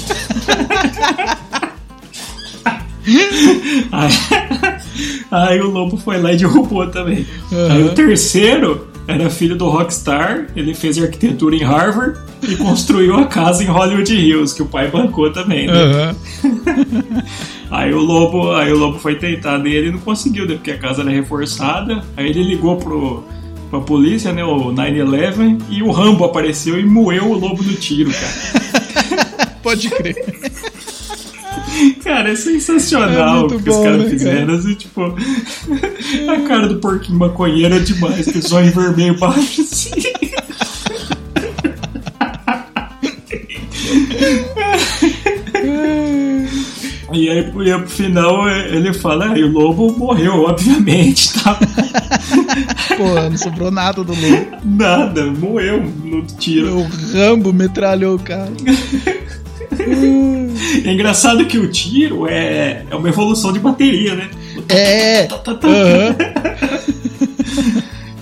aí, aí o lobo foi lá e derrubou também.
Aham.
Aí o terceiro era filho do Rockstar, ele fez arquitetura em Harvard e construiu a casa em Hollywood Hills, que o pai bancou também, né?
Aham.
Aí o lobo, aí o lobo foi tentar nele e não conseguiu, né? Porque a casa era reforçada. Aí ele ligou pro pra polícia, né, o 911, e o Rambo apareceu e moeu o lobo no tiro, cara.
Pode crer.
Cara, é
É
sensacional
muito
o que os
bom,
caras
né, cara?
fizeram. Assim, tipo, a cara do porquinho maconheiro é demais, que só em vermelho baixo assim. E aí, e aí, pro final, ele fala, ah, e o lobo morreu, obviamente, tá?
Pô, não sobrou nada do lobo.
Nada, morreu no tiro.
O Rambo metralhou o cara.
É engraçado que o tiro é, é uma evolução de bateria, né?
É.
Tá, tá, tá.
Aham.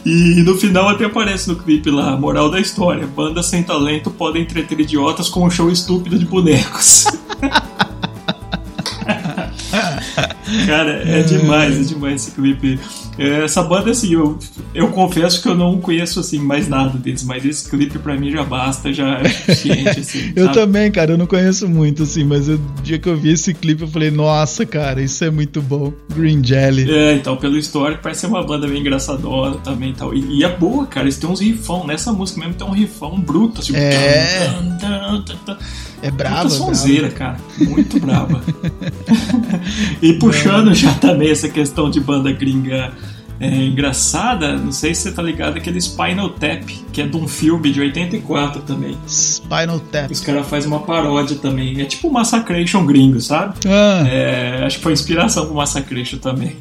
E no final até aparece no clipe lá, a moral da história. Bandas sem talento podem entreter idiotas com um show estúpido de bonecos. Cara, é demais, é demais esse clipe. É, Essa banda, assim, eu, eu confesso que eu não conheço assim mais nada deles, mas esse clipe pra mim já basta, já é suficiente, assim.
Eu
sabe?
também, cara, eu não conheço muito, assim, mas o dia que eu vi esse clipe, eu falei, nossa, cara, isso é muito bom. Green Jelly.
É, então, pelo histórico, parece ser uma banda bem engraçadona também e tal. E, e é boa, cara. Eles têm uns rifão. Nessa música mesmo tem um rifão bruto, assim.
É.
tan, tan, tan, tan, tan.
É brava, brava.
Muita sonzeira, cara. Muito brava. e puxando
É.
já também essa questão de banda gringa é, engraçada, não sei se você tá ligado, aquele Spinal Tap, que é de um filme de 84 também.
Spinal Tap.
Os caras fazem uma paródia também. É tipo um Massacration gringo, sabe?
Ah,
É, acho que foi inspiração pro Massacration também.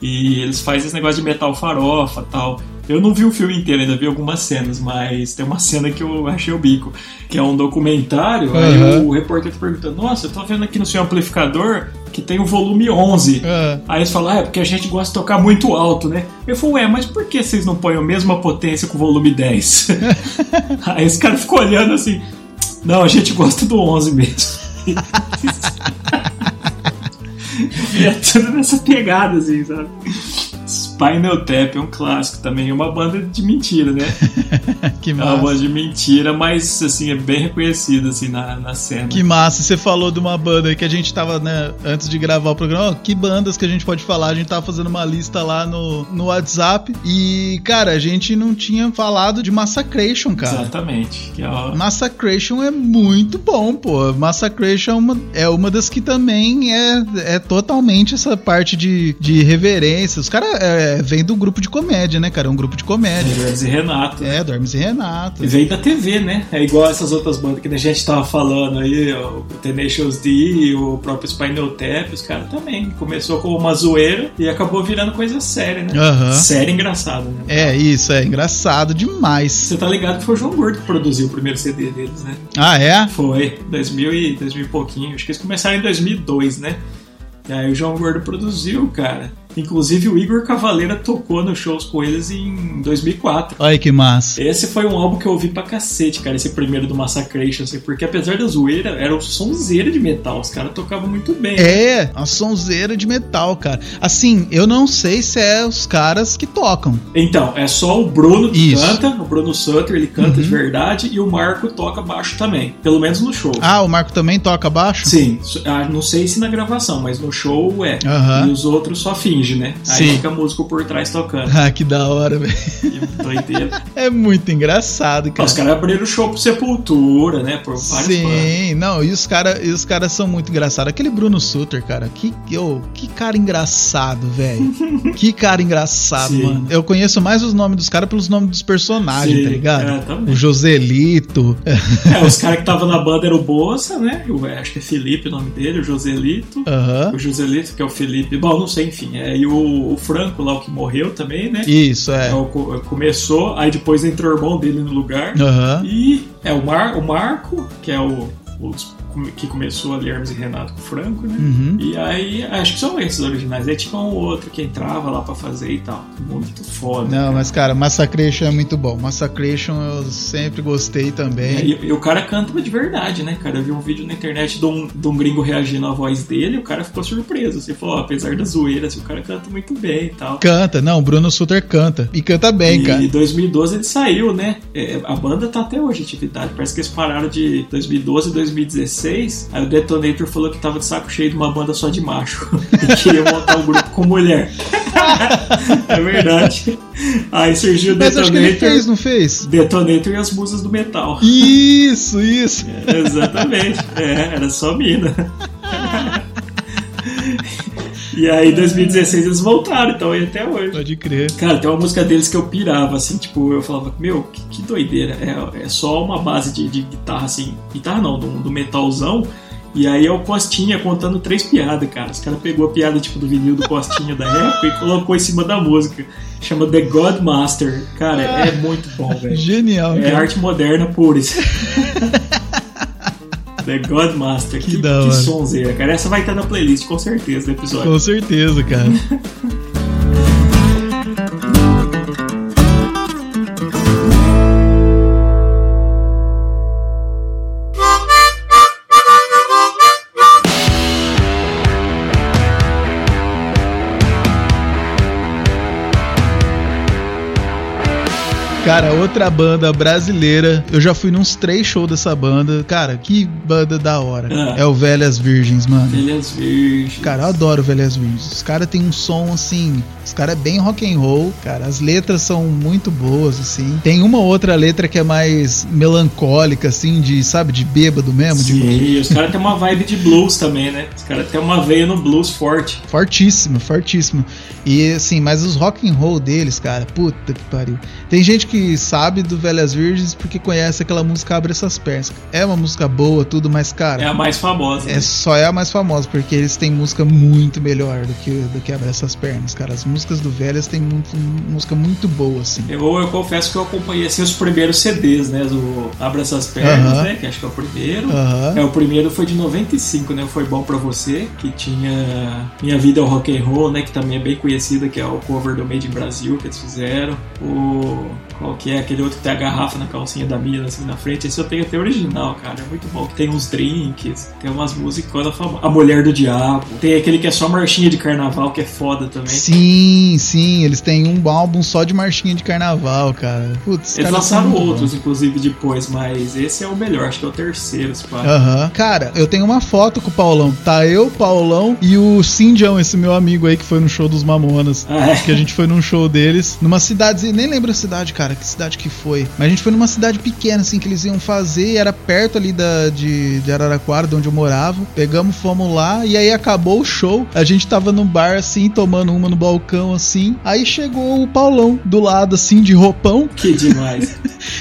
E eles fazem esse negócio de metal farofa tal. Eu não vi o filme inteiro, ainda vi algumas cenas, mas tem uma cena que eu achei o bico, que é um documentário. Aí
Aham.
o repórter pergunta: Nossa, eu tô vendo aqui no seu amplificador que tem o volume 11.
ah.
Aí eles falam: ah, É porque a gente gosta de tocar muito alto, né? Eu falo: Ué, mas por que vocês não põem a mesma potência com o volume 10? Aí esse cara ficou olhando assim: Não, a gente gosta do 11 mesmo. E é tudo nessa pegada, assim, sabe? Spinal Tap é um clássico também, é uma banda de mentira, né?
que
É uma
massa.
banda de mentira, mas assim, é bem reconhecida assim, na, na cena.
Que massa, você falou de uma banda aí que a gente tava, né, antes de gravar o programa, ó, que bandas que a gente pode falar, a gente tava fazendo uma lista lá no, no WhatsApp e, cara, a gente não tinha falado de Massacration, cara.
Exatamente. Que é ó,
Massacration é muito bom, pô. Massacration é uma, é uma das que também é, é totalmente essa parte de, de reverência. Os caras é, vêm do grupo de comédia, né, cara? É um grupo de comédia.
Edwards e Renato. né?
É, do Hermes e Renato.
E veio da TV, né? É igual essas outras bandas que a gente tava falando aí, ó, o Tenacious D, o próprio Spinal Tap, os caras também. Começou com uma zoeira e acabou virando coisa séria, né?
Aham.
Séria e engraçada, né?
É, isso, é engraçado demais.
Você tá ligado que foi o João Gordo que produziu o primeiro CD deles, né?
Ah, é?
Foi, 2000 e 2000 e pouquinho. Acho que eles começaram em 2002, né? E aí o João Gordo produziu, cara. Inclusive o Igor Cavaleira tocou nos shows com eles em 2004.
Olha que massa.
Esse foi um álbum que eu ouvi pra cacete, cara, esse primeiro do Massacration, assim, porque apesar da zoeira, era um sonzeira de metal, os caras tocavam muito bem.
É, a sonzeira de metal, cara. Assim, eu não sei se é os caras que tocam.
Então, é só o Bruno que
Isso. Uhum.
canta, o Bruno Sutter, ele canta de verdade, e o Marco toca baixo também, pelo menos no show.
Ah, o Marco também toca baixo?
Sim, so- ah, não sei se na gravação, mas no show é.
Aham.
E os outros só finge, né? Aí
Sim.
fica músico por trás tocando.
Ah, que da hora, velho.
E doideira.
É muito engraçado, cara.
Os caras abriram o show pro Sepultura, né? Por vários bandas.
Sim, não, e os caras os cara são muito engraçados. Aquele Bruno Suter, cara, que, ô, que cara engraçado, velho. que cara engraçado,
Sim.
mano. Eu conheço mais os nomes dos caras pelos nomes dos personagens,
Sim,
tá ligado?
é, também.
o Joselito.
É, os caras que estavam na banda eram o Bossa, né? O, é, acho que é Felipe o nome dele, o Joselito.
Aham.
O Joselito, que é o Felipe. Bom, não sei, enfim. É, e o, o Franco lá, o que morreu também, né?
Isso, é.
É, o co- começou, aí depois entrou o irmão dele no lugar.
Aham.
E é o, Mar, o Marco, que é o, os- que começou ali Hermes e Renato com o Franco, né?
Uhum.
E aí, acho que são esses originais. É tipo um outro que entrava lá pra fazer e tal. Muito foda.
Não, mas cara, Massacration é muito bom. Massacration eu sempre gostei também.
É, E, e o cara canta de verdade, né, cara? Eu vi um vídeo na internet de um, de um gringo reagindo à voz dele e o cara ficou surpreso. Você falou, ó, apesar da zoeira, assim, o cara canta muito bem e tal.
Canta, não, o Bruno Suter canta. E canta bem,
E
cara.
em 2012 ele saiu, né? É, a banda tá até hoje em atividade. Parece que eles pararam de 2012 e 2016. Aí o Detonator falou que tava de saco cheio de uma banda só de macho. E queria montar um grupo com mulher. é verdade. Aí surgiu o
Mas acho que ele fez,
Detonator.
não fez?
Detonator e as musas do metal.
Isso, isso.
É. Exatamente. É, era só mina. E aí, em 2016, eles voltaram, então e até hoje.
Pode crer.
Cara, tem uma música deles que eu pirava, assim, tipo, eu falava, meu, que, que doideira. É, é só uma base de, de guitarra, assim, guitarra não, do, do metalzão. E aí é o Costinha contando três piadas, cara. Os caras pegou a piada, tipo, do vinil do Costinha da época e colocou em cima da música. Chama The Godmaster. Cara, é, é muito bom, velho.
Genial,
É
cara.
arte moderna pura. isso. The Godmaster.
Que
Que, que,
da hora.
sonzeira, cara. Essa vai estar na playlist, com certeza, do episódio.
Com certeza, cara. Cara, outra banda brasileira. Eu já fui nos três shows dessa banda. Cara, que banda da hora.
Ah.
É o Velhas Virgens, mano.
Telhas Virgens.
Cara, eu adoro Velhas Virgens. Os caras têm um som assim, os caras é bem rock and roll, cara. As letras são muito boas assim. Tem uma outra letra que é mais melancólica assim, de, sabe, de bêbado mesmo, tipo de
Sim, e os caras têm uma vibe de blues também, né? Os caras têm uma veia no blues forte.
Fortíssimo, fortíssimo. E assim, mas os rock and roll deles, cara, puta que pariu. Tem gente que sabe do Velhas Virgens porque conhece aquela música Abre Essas Pernas. É uma música boa, tudo, mas,
É
cara,
a mais famosa.
é só é a mais famosa, porque eles têm música muito melhor do que, do que Abre Essas Pernas, cara. As músicas do Velhas têm muito, música muito boa, assim.
Eu, eu confesso que eu acompanhei assim, os primeiros CDs, né? Do Abra Essas Pernas,
Aham.
né? Que acho que é o primeiro.
Aham.
É, o primeiro foi de 95, né? Foi bom pra você, que tinha Minha Vida é o Rock and Roll, né? Que também é bem conhecida, que é o cover do Made in Brasil que eles fizeram. O qual que é, aquele outro que tem a garrafa na calcinha da mina, assim, na frente. Esse eu tenho até original, cara, é muito bom. Tem uns drinks, tem umas musiconas famosas. A Mulher do Diabo, tem aquele que é só marchinha de carnaval, que é foda também.
Sim, sim, eles têm um álbum só de marchinha de carnaval, cara. Putz,
Eles
cara,
lançaram
são muito
outros,
bons.
inclusive, depois, mas esse é o melhor, acho que é o terceiro, se pá.
Aham. Cara, eu tenho uma foto com o Paulão. Tá eu, Paulão e o Sindião, esse meu amigo aí que foi no show dos Mamonas.
Ah, é.
Que a gente foi num show deles, numa cidade, nem lembro a cidade, cara, que cidade que foi. Mas a gente foi numa cidade pequena, assim, que eles iam fazer, e era perto ali da, de, de Araraquara, de onde eu morava. Pegamos, fomos lá, e aí acabou o show. A gente tava num bar, assim, tomando uma no balcão, assim. Aí chegou o Paulão do lado, assim, de roupão,
Que demais.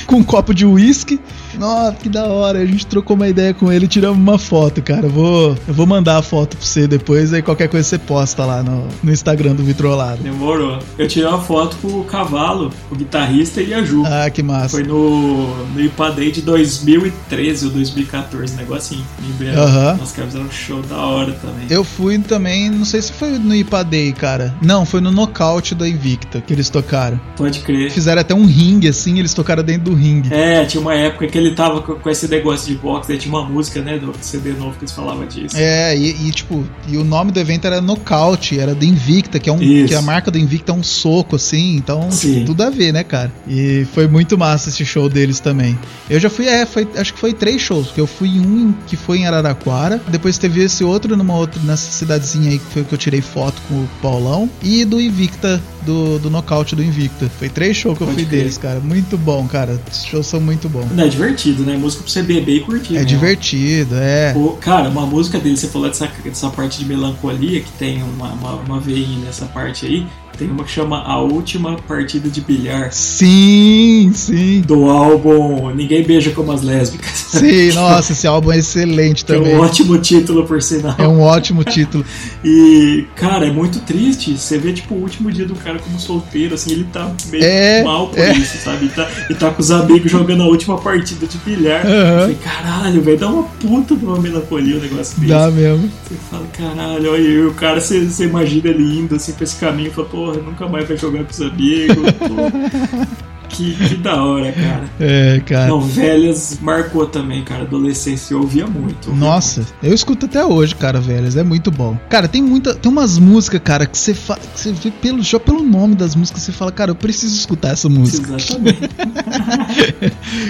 com um copo de uísque. Nossa, que da hora. A gente trocou uma ideia com ele, tiramos uma foto, cara. Eu vou, eu vou mandar a foto pra você depois, aí qualquer coisa você posta lá no, no Instagram do Vitrolado.
Demorou. Eu tirei uma foto com o Cavalo, o guitarrista e a Ju.
Ah, que massa.
Foi no, no IPA Day de 2013 ou 2014, um negocinho. Lembrei.
Aham.
Nossa, caras fizeram um show da hora também.
Eu fui também, não sei se foi no IPA Day, cara. Não, foi no nocaute da Invicta que eles tocaram.
Pode crer.
Fizeram até um ringue, assim, eles tocaram dentro do ringue.
É, tinha uma época que ele tava com, com esse negócio de boxe, aí tinha uma música, né, do CD novo que eles falavam disso.
É, e, e, tipo, e o nome do evento era Nocaute, era do Invicta, que é um
Isso.
que a marca do Invicta é um soco, assim, então tipo,
Sim.
tudo a ver, né, cara? E foi muito massa esse show deles também. Eu já fui, é, foi- acho que foi três shows, porque eu fui em um que foi em Araraquara, depois teve esse outro numa outra, nessa cidadezinha aí que foi que eu tirei foto com o Paulão, e do Invicta, do, do nocaute do Invicta. Foi três shows que eu
Pode
fui
crer.
deles, cara. Muito bom, cara. Os shows são muito bons.
Não, é divertido, né? Música pra você beber e curtir.
É
né?
divertido, é.
Pô, cara, uma música dele, você falou dessa, dessa parte de melancolia, que tem uma, uma, uma veinha nessa parte aí, tem uma que chama A Última Partida de Bilhar,
Sim, sim.
do álbum Ninguém Beija Como as Lésbicas.
Sim, nossa, esse álbum é excelente
Que é
também.
um ótimo título, por sinal.
É um ótimo título.
E, cara, é muito triste. Você vê, tipo, o último dia do cara como solteiro, assim, ele tá meio
É,
mal por
é.
isso, sabe? E tá, e tá com os amigos jogando a última partida de bilhar.
Aham.
Eu falei, caralho, velho, dá uma puta de uma melancolia o negócio desse.
Dá mesmo.
Você fala, caralho, olha aí, o cara, você, você imagina ele indo assim pra esse caminho, fala, porra, nunca mais vai jogar com os amigos. pô. que, que da hora, cara.
É, cara.
Não, velhas marcou também, cara. Adolescência eu ouvia muito. eu ouvia
Nossa, eu escuto até hoje, cara, velhas. É muito bom. Cara, tem muita. Tem umas músicas, cara, que você fa... que você vê pelo, só pelo nome das músicas, você fala, cara, eu preciso escutar essa música.
muito. Exatamente.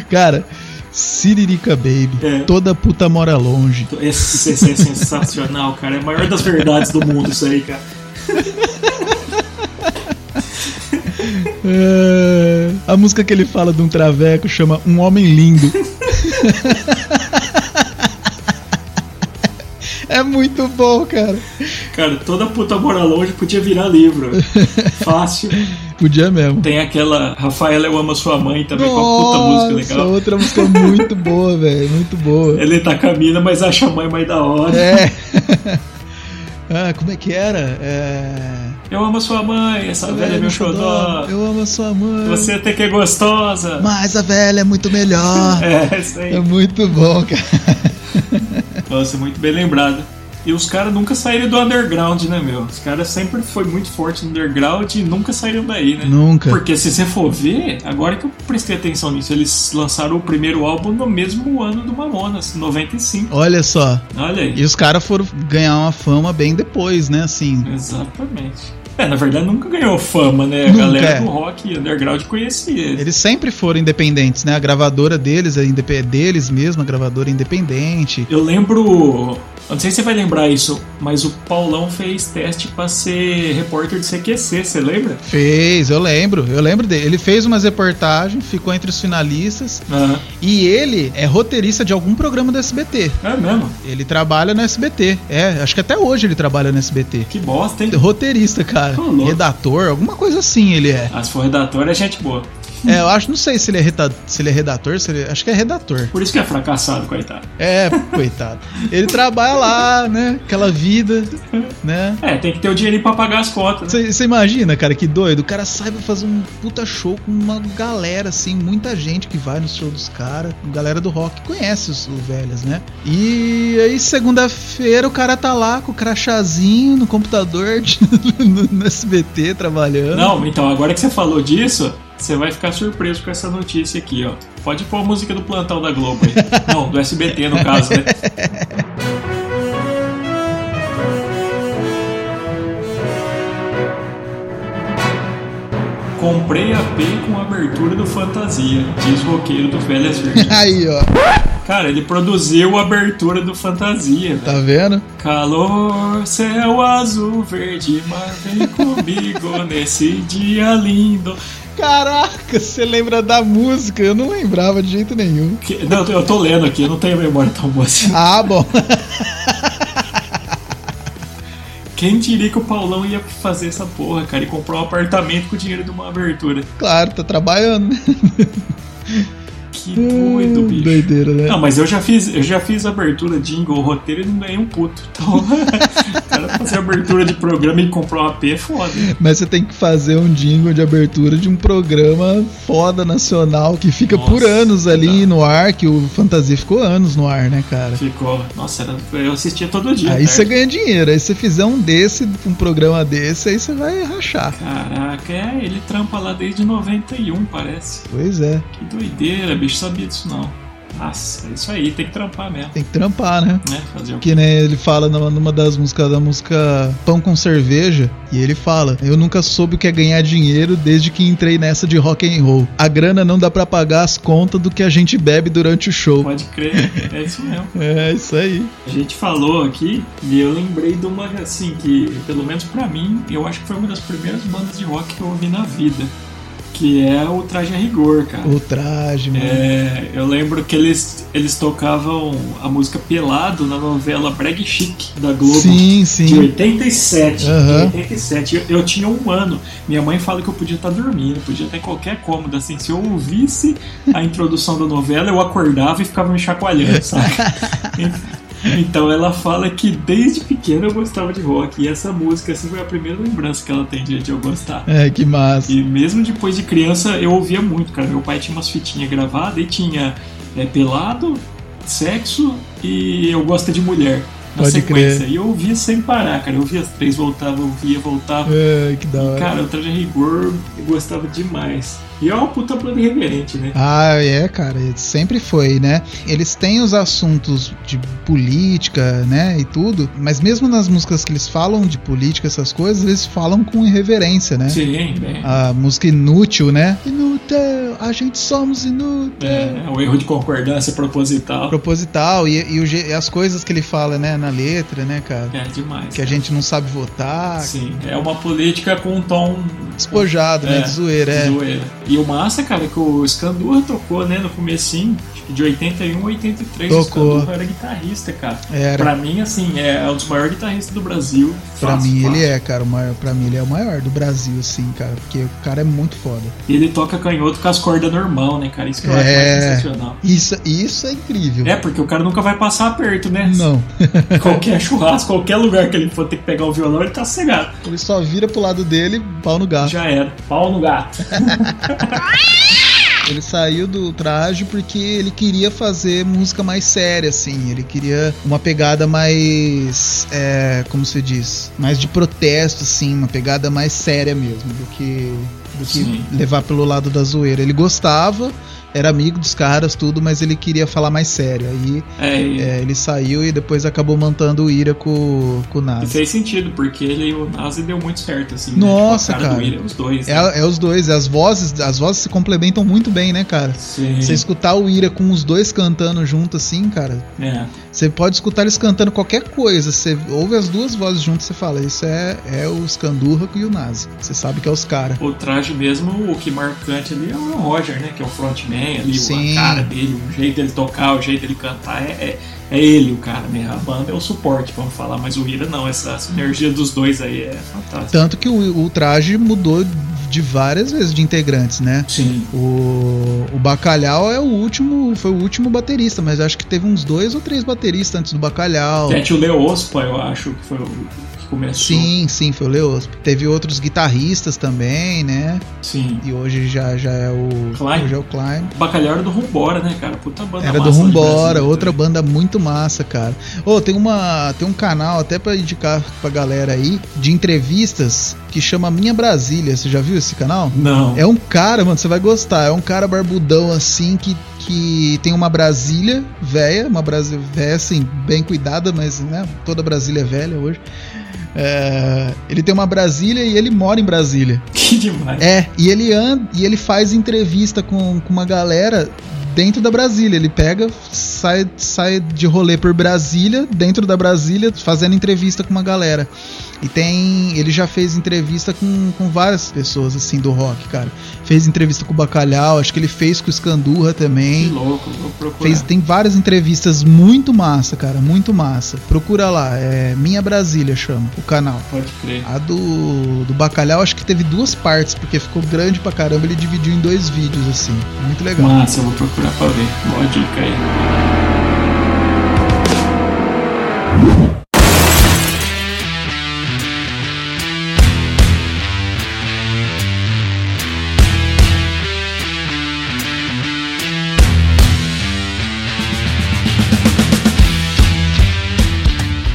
Cara, Siririca Baby.
É.
Toda puta mora longe.
Esse, esse é sensacional, cara. É a maior das verdades do mundo isso aí, cara.
É, A música que ele fala de um traveco chama Um Homem Lindo. é muito bom, cara.
Cara, toda puta mora longe podia virar livro. Fácil.
Podia mesmo.
Tem aquela Rafaela Eu Amo a Sua Mãe também, com uma puta música
Nossa,
legal.
outra música muito boa, velho. Muito boa.
Ele tá caminhando, mas acha a mãe mais da hora.
É. ah, como é que era? É...
Eu amo a sua mãe, essa velha é meu xodó.
Eu amo a sua mãe.
Você até que é gostosa.
Mas a velha é muito melhor.
É, isso
é
aí.
muito bom, cara.
Nossa, muito bem lembrado. E os caras nunca saíram do underground, né, meu? Os caras sempre foi muito forte no underground e nunca saíram daí, né?
Nunca.
Porque se você for ver, agora que eu prestei atenção nisso, eles lançaram o primeiro álbum no mesmo ano do Mamonas, 95.
Olha só.
Olha aí.
E os caras foram ganhar uma fama bem depois, né? Assim.
Exatamente. É, na verdade nunca ganhou fama, né? A
Nunca,
galera
é.
do rock underground conhecia eles.
Eles sempre foram independentes, né? A gravadora deles é indepe- deles mesmo, a gravadora é independente.
Eu lembro. eu não sei se você vai lembrar isso, mas o Paulão fez teste pra ser repórter de CQC, você lembra?
Fez, eu lembro, eu lembro dele. Ele fez umas reportagens, ficou entre os finalistas.
Ah,
E ele é roteirista de algum programa do SBT.
é mesmo?
Ele trabalha no SBT. É, acho que até hoje ele trabalha no SBT.
Que bosta, hein?
Roteirista, cara.
Ô, louco.
Redator, alguma coisa assim ele é.
Ah, se for redator, é gente boa.
É, eu acho, não sei se ele é, reta- se ele é redator, se ele- acho que é redator.
Por isso que é fracassado, coitado.
É, coitado. Ele trabalha lá, né? Aquela vida, né?
É, tem que ter o dinheirinho pra pagar as contas. Né?
Você imagina, cara, que doido. O cara sai pra fazer um puta show com uma galera, assim, muita gente que vai no show dos caras. Galera do rock conhece os, os velhos, né? E aí, segunda-feira, o cara tá lá com o crachazinho no computador de- no, no SBT trabalhando.
Não, então, agora que você falou disso, Você vai ficar surpreso com essa notícia aqui, ó. Pode pôr a música do plantão da Globo aí. Não, do SBT no caso, né? Comprei a P com a abertura do Fantasia, diz o roqueiro do Velhas Verdes.
Aí, ó.
Cara, ele produziu a abertura do Fantasia, velho.
Tá vendo?
Calor, céu azul, verde, mar, vem comigo nesse dia lindo.
Caraca, você lembra da música? Eu não lembrava de jeito nenhum.
Que- Não, eu tô lendo aqui, eu não tenho memória tão boa assim.
Ah, bom.
Quem diria que o Paulão ia fazer essa porra, cara, e comprar um apartamento com o dinheiro de uma abertura?
Claro, tá trabalhando, né?
Que doido, bicho.
Hum, Doideira, né?
Não, mas eu já fiz, eu já fiz abertura jingle, roteiro e não ganhei um puto. Então, o cara fazer abertura de programa e comprar uma P é foda.
Mas você tem que fazer um jingle de abertura de um programa foda nacional que fica
Nossa,
por anos ali
tá.
no ar, que o Fantasia ficou anos no ar, né, cara?
Ficou. Nossa, era- eu assistia todo dia.
Aí
cara.
você ganha dinheiro, aí você fizer um desse, um programa desse, aí você vai rachar.
Caraca, é, ele trampa lá desde 91, parece.
Pois é,
Que doideira, bicho, sabia disso não. Nossa, é isso aí, tem que trampar mesmo,
tem que trampar, né?
né? Fazer o quê?
Que né, ele fala numa, numa das músicas da música Pão com Cerveja, e ele fala: Eu nunca soube o que é ganhar dinheiro desde que entrei nessa de rock and roll. A grana não dá pra pagar as contas do que a gente bebe durante o show.
Pode crer, é isso mesmo.
É isso aí.
A gente falou aqui e eu lembrei de uma, assim, que pelo menos pra mim, eu acho que foi uma das primeiras bandas de rock que eu ouvi na vida. Que é o Traje a Rigor, cara.
O traje, mano.
É, eu lembro que eles, eles tocavam a música Pelado na novela Brag Chic da Globo.
Sim,
De
sim.
87.
Aham.
De 87. Eu, eu tinha um ano. Minha mãe fala que eu podia estar dormindo, podia estar em qualquer cômodo. Assim, se eu ouvisse a introdução da novela, eu acordava e ficava me chacoalhando, sabe? Então ela fala que desde pequena eu gostava de rock. E essa música, assim, foi a primeira lembrança que ela tem de, de eu gostar.
É, que massa.
E mesmo depois de criança, eu ouvia muito, cara. Meu pai tinha umas fitinhas gravadas e tinha é, pelado, sexo e eu gosto de mulher. Na
Pode
sequência.
crer.
E eu ouvia sem parar, cara. Eu ouvia as três, voltava, ouvia, voltava.
É, que da hora.
Cara, o Traje a Rigor eu gostava demais. E é uma puta banda irreverente, né?
Ah, é, cara, sempre foi, né? Eles têm os assuntos de política, né, e tudo, mas mesmo nas músicas que eles falam de política, essas coisas, eles falam com irreverência, né?
Sim, né?
A música Inútil, né? Inútil, a gente somos inútil.
É, o erro de concordância proposital.
Proposital, e, e o je- e as coisas que ele fala, né, na letra, né, cara?
É demais.
Que a
cara.
gente não sabe votar,
Sim, é uma política com um tom
despojado, né,
É,
de zoeira, é.
Zoeira. E o massa, cara, é que o Scandurra tocou, né, no comecinho, acho que de 81 a 83,
Tocou.
o Scandurra era guitarrista, cara.
Era.
Pra mim, assim, é um dos maiores guitarristas do Brasil.
Pra mim ele é, cara, o maior, pra mim ele é o maior do Brasil, assim, cara, porque o cara é muito foda.
E ele toca canhoto com as cordas normal, né, cara? Isso que eu acho mais
É.
sensacional.
Isso, isso é incrível.
É, porque o cara nunca vai passar aperto, né?
Não,
Qualquer churrasco, qualquer lugar que ele for ter que pegar o violão, ele tá cegado.
ele só vira pro lado dele, pau no gato.
Já era. Pau no gato.
Ele saiu do traje porque ele queria fazer música mais séria, assim. Ele queria uma pegada mais. é, como se diz? Mais de protesto, assim. Uma pegada mais séria mesmo do que, do que
Sim.
levar pelo lado da zoeira. Ele gostava, era amigo dos caras, tudo, mas ele queria falar mais sério. Aí
É, e-
é, ele saiu e depois acabou montando o Ira com, com o
E
Nas.
fez sentido, porque ele e o Nazi deu muito certo, assim. né?
Nossa,
Tipo, a
cara.
cara. Do William, os dois. né?
É, é os dois, as vozes, as vozes se complementam muito bem, né, cara?
Sim.
Você escutar o Ira com os dois cantando junto assim, cara,
É.
você pode escutar eles cantando qualquer coisa. Você ouve as duas vozes juntas, você fala, isso é, é o Scandurra e o Nazi. Você sabe que é os caras.
O traje mesmo, o que marcante ali é o Roger, né? Que é o frontman ali,
Sim.
a cara dele, o jeito dele tocar, o jeito dele cantar, é, é, é ele o cara, né? A banda é o suporte, vamos falar, mas o Ira não, essa sinergia dos dois aí é fantástica.
Tanto que o, o traje mudou de várias vezes de integrantes, né?
Sim.
O, o Bacalhau é o último, foi o último baterista,
é
mas acho que teve uns dois ou três bateristas antes do Bacalhau.
Até o Leospa, eu acho, que foi o que começou.
Sim, sim, foi o Leosp. Teve outros guitarristas também, né?
Sim.
E hoje já, já é o.
Klein.
Hoje é o Klein.
Bacalhau era do Rumbora, né, cara? Puta banda
Era
massa
do
de
Rumbora,
Brasília
outra
também.
banda muito massa, cara. Ô, tem uma tem um canal até pra indicar pra galera aí de entrevistas que chama Minha Brasília. Você já viu esse canal?
Não.
É um cara, mano, você vai gostar. É um cara barbudão assim que, que tem uma Brasília velha, uma Brasília velha, assim, bem cuidada, mas né, toda Brasília é velha hoje. É, ele tem uma Brasília e ele mora em Brasília.
Que demais.
É, e ele anda e ele faz entrevista com, com uma galera dentro da Brasília. Ele pega, sai, sai de rolê por Brasília, dentro da Brasília, fazendo entrevista com uma galera. E tem. Ele já fez entrevista com, com várias pessoas, assim, do rock, cara. Fez entrevista com o Bacalhau, acho que ele fez com o Escandurra
Que
também.
louco, vou procurar.
Fez, tem várias entrevistas muito massa, cara, muito massa. Procura lá, é Minha Brasília chama o canal.
Pode crer.
A do, do bacalhau acho que teve duas partes, porque ficou grande pra caramba, ele dividiu em dois vídeos, assim. Muito legal.
Massa, eu vou procurar pra ver. Boa dica aí.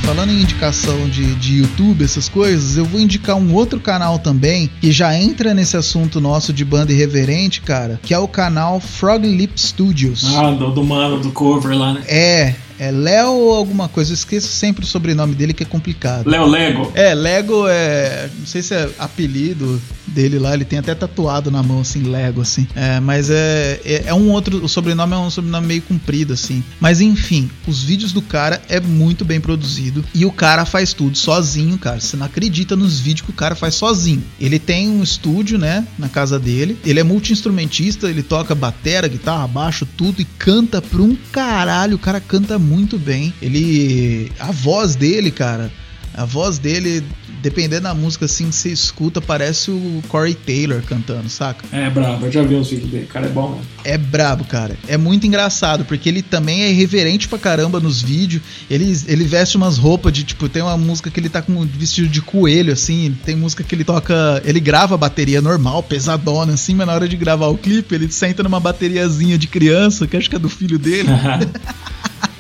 Falando em indicação de, de YouTube, essas coisas, eu vou indicar um outro canal também, que já entra nesse assunto nosso de banda irreverente, cara, que é o canal Frog Lip Studios.
Ah, do, do mano, do cover lá, né?
É, é Léo ou alguma coisa, eu esqueço sempre o sobrenome dele que é complicado.
Léo Lego.
É, Lego é. Não sei se é apelido dele lá, ele tem até tatuado na mão, assim, Lego, assim. É, mas é, é, é um outro. O sobrenome é um sobrenome meio comprido, assim. Mas enfim, os vídeos do cara é muito bem produzido. E o cara faz tudo sozinho, cara. Você não acredita nos vídeos que o cara faz sozinho. Ele tem um estúdio, né, na casa dele. Ele é multi-instrumentista, ele toca batera, guitarra, baixo, tudo e canta por um caralho. O cara canta muito bem. Ele. A voz dele, cara. A voz dele, dependendo da música assim que você escuta, parece o Corey Taylor cantando, saca?
É, brabo, eu já vi uns vídeos dele. Cara, é bom, né?
É brabo, cara. É muito engraçado, porque ele também é irreverente pra caramba nos vídeos. Ele, ele veste umas roupas de, tipo, tem uma música que ele tá com um vestido de coelho, assim. Tem música que ele toca. Ele grava a bateria normal, pesadona, assim, mas na hora de gravar o clipe, ele senta numa bateriazinha de criança, que acho que é do filho dele.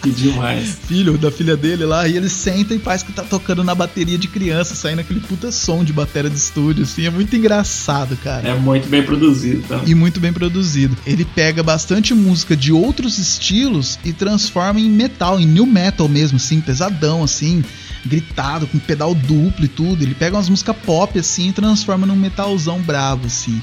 que demais.
filho da filha dele lá, e ele senta e faz que tá tocando na bateria de criança, saindo aquele puta som de bateria de estúdio, assim, é muito engraçado, cara.
É muito bem produzido, tá?
E muito bem produzido. Ele pega bastante música de outros estilos e transforma em metal, em new metal mesmo, assim, pesadão, assim, gritado, com pedal duplo e tudo. Ele pega umas músicas pop, assim, e transforma num metalzão bravo, assim.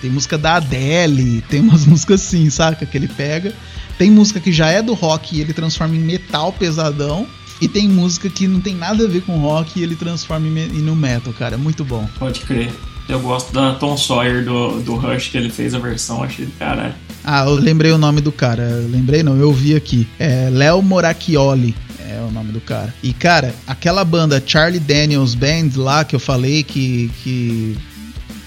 Tem música da Adele, tem umas músicas assim, saca? Que ele pega. Tem música que já é do rock e ele transforma em metal pesadão. E tem música que não tem nada a ver com rock e ele transforma em, me- em no metal, cara. É Muito bom.
Pode crer. Eu gosto da Tom Sawyer do, do Rush que ele fez a versão, achei do caralho.
Ah, eu lembrei o nome do cara. Eu Lembrei não, eu vi aqui. É Léo Moracchioli é o nome do cara. E cara, aquela banda Charlie Daniels Band lá que eu falei que que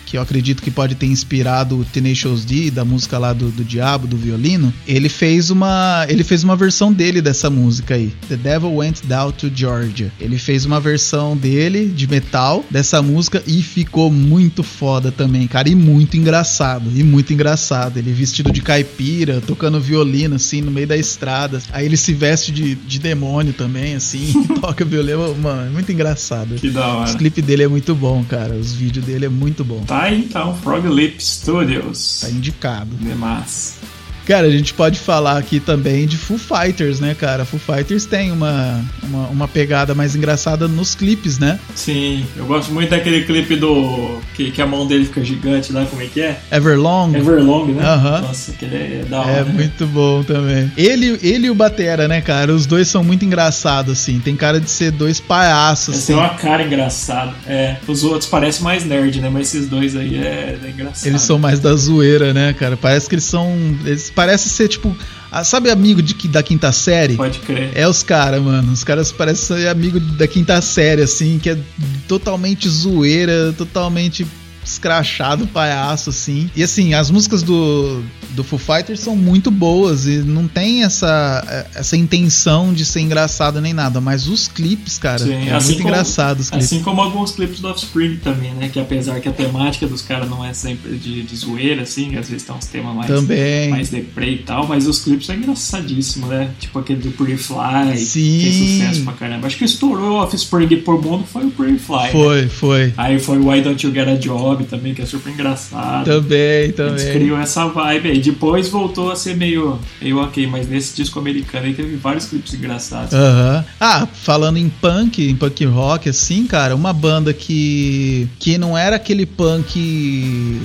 que eu acredito que pode ter inspirado o Tenacious D da música lá do, do Diabo do violino. Ele fez uma ele fez uma versão dele dessa música aí. The Devil Went Down to Georgia. Ele fez uma versão dele de metal dessa música e ficou muito foda também, cara, e muito engraçado, e muito engraçado. Ele vestido de caipira, tocando violino assim no meio da estrada. Aí ele se veste de, de demônio também assim, e toca violino, mano, é muito engraçado.
Que da
Os
hora.
clipes dele é muito bom, cara. Os vídeos dele é muito bom.
Tá aí, então, Frog Lip Studios.
Tá indicado.
Demais.
Cara, a gente pode falar aqui também de Foo Fighters, né, cara? Foo Fighters tem uma, uma, uma pegada mais engraçada nos clipes, né?
Sim, eu gosto muito daquele clipe do. Que, que a mão dele fica gigante lá, como é que é?
Everlong.
Everlong, né?
Aham.
Nossa, aquele é da hora.
É
né?
muito bom também. Ele, ele e o Batera, né, cara? Os dois são muito engraçados, assim. Tem cara de ser dois palhaços,
Eles têm
assim.
uma cara engraçada. É, os outros parecem mais nerd, né? Mas esses dois aí é, é engraçado.
Eles são mais da zoeira, né, cara? Parece que eles são. Eles parecem ser, tipo. a- sabe, amigo de, qui- da quinta série?
Pode crer.
É os caras, mano. Os caras parecem ser amigo da quinta série, assim, que é totalmente zoeira, totalmente escrachado, palhaço, assim. E assim, as músicas do, do Foo Fighters são muito boas e não tem essa, essa intenção de ser engraçado nem nada, mas os clipes, cara,
Sim,
é
assim
muito
como-
engraçado os clipes.
Assim como alguns clipes do Offspring também, né? Que apesar que a temática dos caras não é sempre de, de zoeira, assim, às vezes tem uns temas mais,
Também.
mais deprê e tal, mas os clipes é engraçadíssimo, né? Tipo aquele do Pretty Fly,
Sim.
que fez sucesso pra caramba. Acho que estourou o Offspring por mundo foi o Pretty Fly. né?
Foi, foi.
Aí foi o Why Don't You Get a Job também, que é super engraçado.
Também,
Eles
também.
criam essa vibe aí. Depois voltou a ser meio, meio ok, mas nesse disco americano aí teve vários clipes engraçados.
Aham. Ah, falando em punk, em punk rock, assim, cara, uma banda que. que não era aquele punk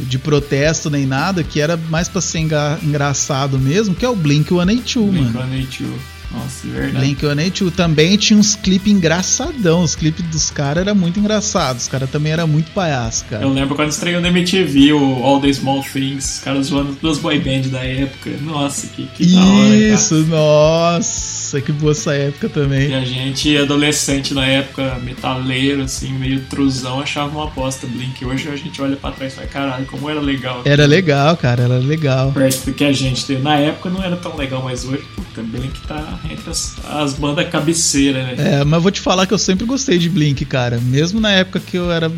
de protesto nem nada, que era mais pra ser enga- engraçado mesmo, que é o Blink 182, mano.
Blink-182. Nossa, é verdade.
Blink-182 também tinha uns clipes engraçadão. Os clipes dos caras eram muito engraçados. Os caras também eram muito palhaço, cara.
Eu lembro quando estreou na MTV o All the Small Things, os caras zoando todas as boy band da época. Nossa, que, que da hora, cara.
Isso, né? nossa, que boa essa época
E é
também.
a gente, adolescente na época, metaleiro, assim, meio truzão, achava uma aposta Blink. Hoje a gente olha pra trás e fala, caralho, como era legal.
Era legal, cara, era legal.
Perto do que a gente teve. Na época não era tão legal, mas hoje, puta, Blink tá entre as, as bandas cabeceira, né?
É, mas eu vou te falar que eu sempre gostei de Blink, cara. Mesmo na época que eu era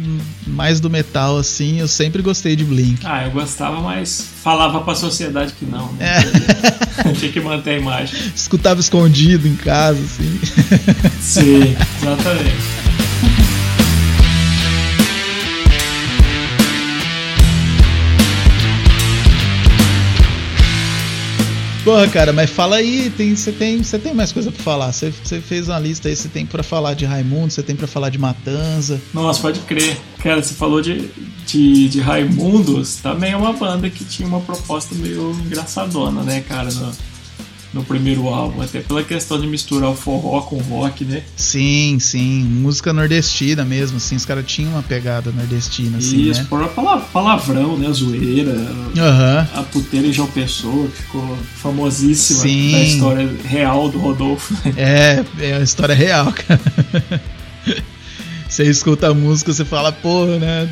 mais do metal, assim, eu sempre gostei de Blink.
Ah, eu gostava, mas falava pra sociedade que não, né? Tinha que manter a imagem.
É, Escutava escondido em casa, assim.
Sim, exatamente.
Porra, cara, mas fala aí, tem- você tem, você tem mais coisa pra falar. Você, você fez uma lista aí, você tem pra falar de Raimundo, você tem pra falar de Matanza.
Nossa, pode crer. Cara, você falou de, de, de Raimundos, também é uma banda que tinha uma proposta meio engraçadona, né, cara, no, no primeiro álbum. Até pela questão de misturar o forró com o rock, né?
Sim, sim, música nordestina mesmo, assim, os caras tinham uma pegada nordestina, assim,
e isso,
né?
por pala- palavrão, né? Zoeira.
Aham,
A puteira em João Pessoa, que ficou famosíssima
Sim.
da história real do Rodolfo.
é, é uma história real, cara. Você escuta a música, você fala, porra, né?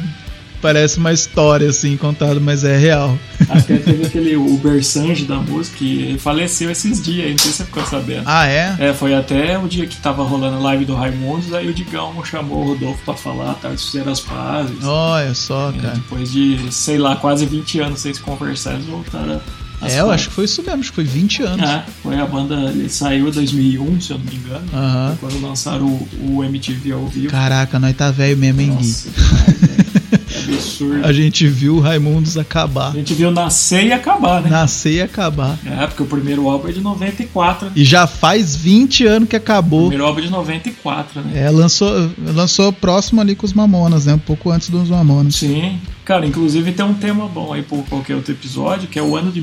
Parece uma história, assim, contada, mas é real.
Até teve aquele Uber Sanji da música que faleceu esses dias, aí, não sei se você ficou sabendo.
Ah, é?
É, foi até o dia que tava rolando a live do Raimundos, aí o Digão chamou o Rodolfo pra falar, tá? Eles fizeram as pazes.
Olha só,
É,
cara.
Depois de, sei lá, quase 20 anos sem se conversar, eles voltaram a
É, eu acho que foi isso mesmo, acho que foi 20 anos.
É, foi a banda, ele saiu em 2001, se eu não me engano,
Aham.
quando lançaram o, o MTV ao vivo.
Caraca, nós tá velho mesmo, hein, Gui?
Nossa, demais, velho. que absurdo.
A gente viu o Raimundos acabar.
A gente viu nascer e acabar, né?
Nascer e acabar.
É, porque o primeiro álbum é de 94, né?
E já faz 20 anos que acabou.
Primeiro álbum é de 94, né?
É, lançou, lançou próximo ali com os Mamonas, né? Um pouco antes dos Mamonas.
Sim. Cara, inclusive tem um tema bom aí por qualquer outro episódio, que é o ano de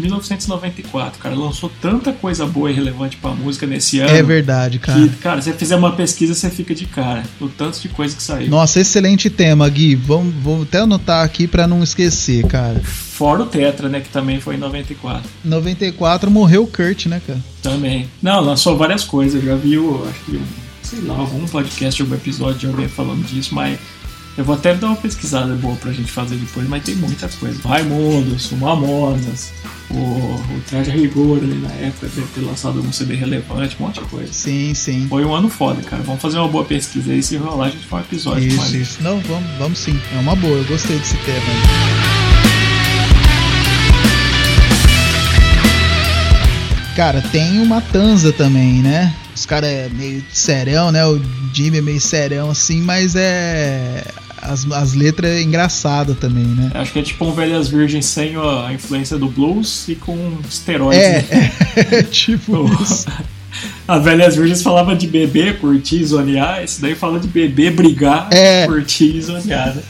1994. Cara, lançou tanta coisa boa e relevante pra música nesse ano.
É verdade, cara.
Que, cara, se você fizer uma pesquisa, você fica de cara. O tanto de coisa que saiu.
Nossa, excelente tema, Gui. Vamos, vou até anotar aqui pra não esquecer, cara.
Fora o Tetra, né? Que também foi em 94.
Em 94 morreu o Kurt, né, cara?
Também. Não, lançou várias coisas. Eu já vi, o, acho que, o- sei lá, algum podcast, algum episódio de alguém falando disso, mas. Eu vou até dar uma pesquisada boa pra gente fazer depois, mas tem muita coisa. Raimundos, o Mamonas, o, o Traje a Rigor ali na época, deve ter lançado algum CD relevante, um monte de coisa.
Sim, sim.
Foi um ano foda, cara. Vamos fazer uma boa pesquisa aí, se rolar a gente faz um episódio.
Isso,
mas-
isso. Não, vamos, vamos sim. É uma boa, eu gostei desse tema. aí. Cara, tem o Matanza também, né? Os caras é meio serão, né? O Jimmy é meio serão assim, mas é. As, as letras é engraçada também, né?
Acho que é tipo um Velhas Virgens sem a influência do blues e com esteroides.
É,
né?
é, tipo isso.
A Velhas Virgens falava de beber, curtir, zonear. Esse daí fala de beber, brigar,
É.
curtir e zonear. né?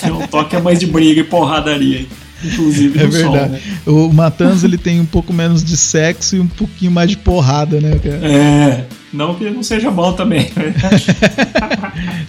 Tem um toque a mais de briga e porradaria, aí, inclusive
É
no som,
verdade.
né?
O Matanza ele tem um pouco menos de sexo e um pouquinho mais de porrada, né, cara?
É, não que não seja bom também. né?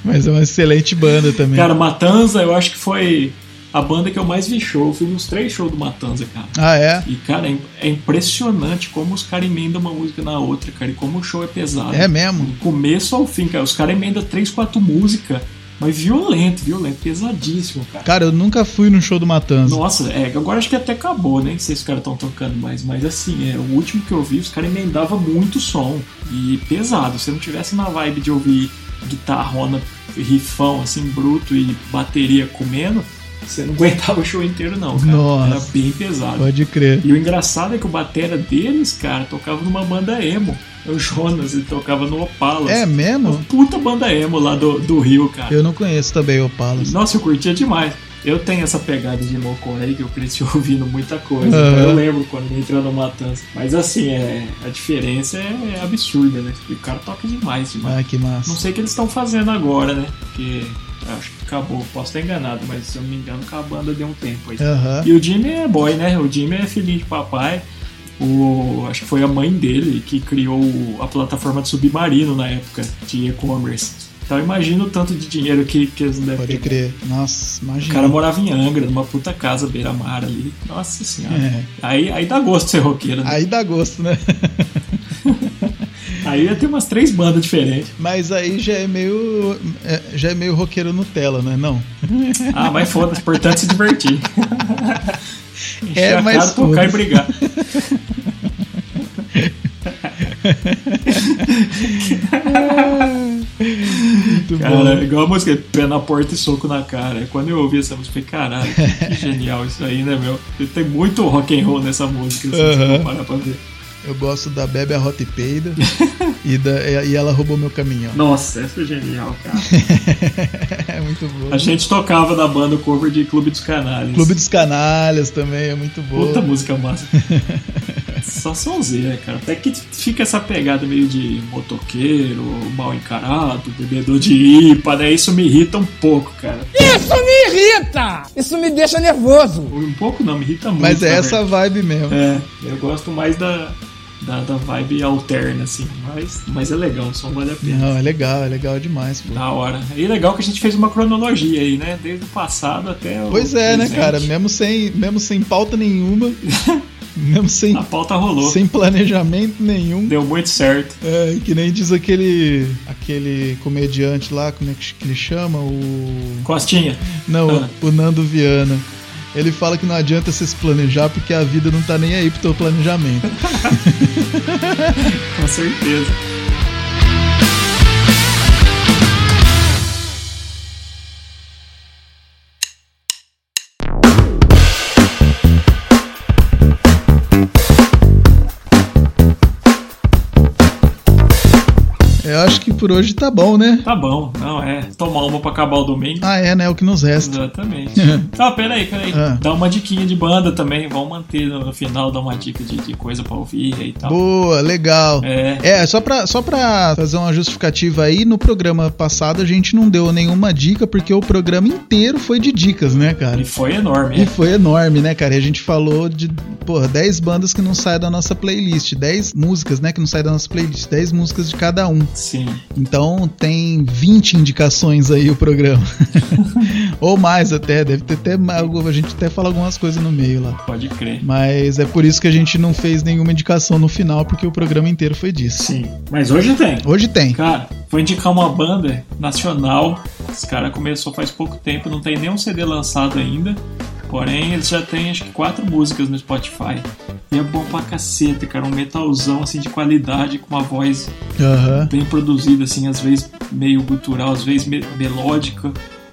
Mas é uma excelente banda também.
cara, Matanza, eu acho que foi a banda que eu mais vi show. Eu fui nos três shows do Matanza, cara.
Ah, é?
E, cara, é im- é impressionante como os caras emendam uma música na outra, cara, e como o show é pesado.
É mesmo?
Do começo ao fim, cara. Os caras emendam três, quatro músicas Mas violento, violento, pesadíssimo, cara.
Cara, eu nunca fui no show do Matanza.
Nossa, é, agora acho que até acabou, né? Não sei se os caras estão tocando mais, mas assim, é, o último que eu vi, os caras emendavam muito som e pesado. Se eu não tivesse na vibe de ouvir guitarrona, rifão, assim, bruto e bateria comendo, você não aguentava o show inteiro, não, cara.
Nossa.
Era bem pesado.
Pode crer.
E o engraçado é que o batera deles, cara, tocava numa banda emo. É O Jonas, ele tocava no Opala.
É
Uma
mesmo?
puta banda emo lá do, do Rio, cara.
Eu não conheço também o Palace.
Nossa, eu curtia demais. Eu tenho essa pegada de loucura aí que eu cresci ouvindo muita coisa.
Aham.
então Eu lembro quando ele entrou no Matanza. Mas assim, é, a diferença é, é absurda, né? O cara toca demais, demais.
Ah, que massa.
Não sei o que eles estão fazendo agora, né? Porque acho que acabou. Posso estar enganado, mas se eu não me engano, a banda deu um tempo aí.
Aham.
E o Jimmy é boy, né? O Jimmy é filhinho de papai. O, acho que foi a mãe dele que criou o- a plataforma de submarino na época de e-commerce. Então imagina o tanto de dinheiro que, que eles não devem
Pode
ter.
crer. Nossa,
O
imagina.
cara morava em Angra, numa puta casa beira-mar ali. Nossa senhora.
É.
Aí, aí dá gosto ser roqueiro. Né?
Aí dá gosto, né?
Aí ia ter umas três bandas diferentes.
Mas aí já é meio. é, já é meio roqueiro Nutella, né? Não.
Ah, mas foda-se, importante se divertir. Encher a
É, mas
cara, tocar e
foda-se.
brigar.
Muito
Cara,
bom.
igual a música Pé na Porta e Soco na Cara. Quando eu ouvi essa música, eu falei, caralho, que, que genial isso aí, né, meu? Tem muito rock and roll nessa música, assim, se
Aham.
for parar pra ver.
Eu gosto da Bebe a Rota e Peida. e, da- e ela roubou meu caminhão.
Nossa, essa é genial, cara.
É muito bom.
A gente tocava na banda o cover de Clube dos Canalhas.
Clube dos Canalhas também é muito bom.
Puta música massa. Só sonzeira, cara. Até que fica essa pegada meio de motoqueiro, mal encarado, bebedor de IPA, né? Isso me irrita um pouco, cara.
Isso me irrita! Isso me deixa nervoso!
Um pouco não, me irrita muito.
Mas é
na
essa vibe mesmo.
É, eu gosto mais da, da, da vibe alterna, assim. Mas, mas é legal, só vale a pena.
Não, é legal, é legal demais, pô.
Da hora. E legal que a gente fez uma cronologia aí, né? Desde o passado até o.
Pois é, né,
presente.
cara? Mesmo sem, mesmo sem pauta nenhuma, mesmo sem,
A pauta rolou.
sem planejamento nenhum.
Deu muito certo.
É, que nem diz aquele aquele comediante lá, como é que que ele chama? O.
Costinha.
Não,
Ah.
o Nando Viana. Ele fala que não adianta você se planejar porque a vida não tá nem aí pro teu planejamento.
Com certeza.
Eu acho que por hoje tá bom, né?
Tá bom, não é. Tomar uma pra acabar o domingo.
Ah, é, né? O que nos resta.
Exatamente. Ah, peraí, peraí.
Uhum. Ah.
Dá uma diquinha de banda também. Vamos manter no no final, dar uma dica de, de coisa pra ouvir e tal.
Boa, legal.
É.
É, só pra, só pra fazer uma justificativa aí, no programa passado a gente não deu nenhuma dica, porque o programa inteiro foi de dicas, né, cara?
E foi enorme.
E
é.
foi enorme, né, cara? E a gente falou de, porra, 10 bandas que não saem da nossa playlist, 10 músicas, né, que não saem da nossa playlist, 10 músicas de cada um.
Sim.
Então tem 20 indicações aí o programa. Ou mais até, deve ter até, ma- a gente até fala algumas coisas no meio lá.
Pode crer.
Mas é por isso que a gente não fez nenhuma indicação no final, porque o programa inteiro foi disso.
Sim. Mas hoje tem.
Hoje tem.
Cara, vou indicar uma banda nacional. Esse cara começou faz pouco tempo, não tem nenhum CD lançado ainda. Porém, eles já têm acho que quatro músicas no Spotify. E é bom pra caceta, cara. Um metalzão assim de qualidade, com uma voz
Aham.
bem produzida, assim, às vezes meio gutural, às vezes me- melódica.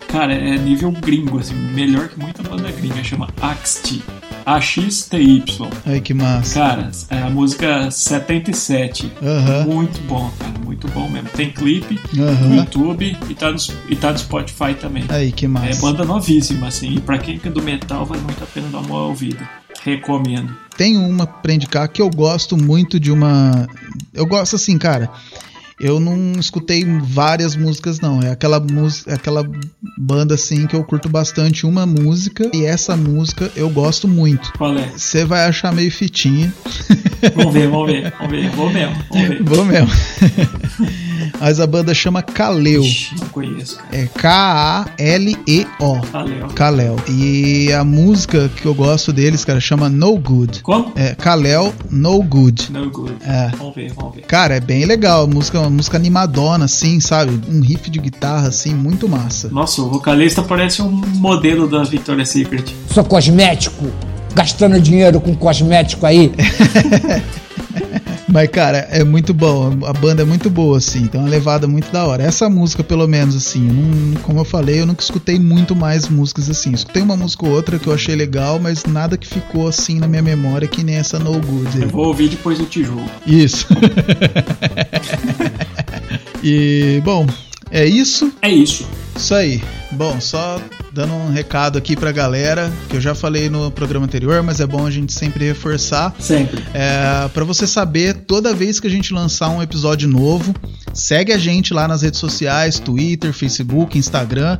Cara, é nível gringo, assim, melhor que muita banda gringa. Chama AXTY. A-X-T-Y.
Ai, que massa.
Cara, é a música 77.
Aham.
Muito bom, cara. Muito bom mesmo. Tem clipe no
Aham.
YouTube e tá no, e tá no Spotify também.
Aí, que
É
massa.
banda novíssima, assim. E pra quem que é do metal, vale muito a pena dar uma ouvida. Recomendo.
Tem uma pra indicar que eu gosto muito de uma. Eu gosto assim, cara. Eu não escutei várias músicas, não. É aquela música, aquela banda assim que eu curto bastante uma música e essa música eu gosto muito.
Qual é?
Você vai achar meio fitinha.
Vamos ver, vamos ver, vamos ver. Vou mesmo, vamos ver.
Vou mesmo. mas a banda chama Kaleo.
Ixi, Não conheço, cara.
É K-A-L-E-O.
Valeu.
Kaleo. E a música que eu gosto deles, cara, chama No Good.
Como?
É Kaleo No Good.
No good.
É.
Vamos ver, vamos ver.
Cara, é bem legal. A música, é uma música animadona, assim, sabe? Um riff de guitarra, assim, muito massa.
Nossa, o vocalista parece um modelo da Victoria's Secret.
Sou cosmético, gastando dinheiro com cosmético aí.
Mas, cara, é muito bom. A banda é muito boa, assim. Então, é uma levada muito da hora. Essa música, pelo menos, assim. eu não- como eu falei, eu nunca escutei muito mais músicas assim. Eu Escutei uma música ou outra que eu achei legal, mas nada que ficou assim na minha memória que nem essa No Good.
Eu vou ouvir depois do tijolo.
aí. Isso. e, bom, é isso.
É isso.
Isso aí. Bom, só dando um recado aqui pra galera, que eu já falei no programa anterior, mas é bom a gente sempre reforçar.
Sempre.
É, para você saber, toda vez que a gente lançar um episódio novo, segue a gente lá nas redes sociais, Twitter, Facebook, Instagram.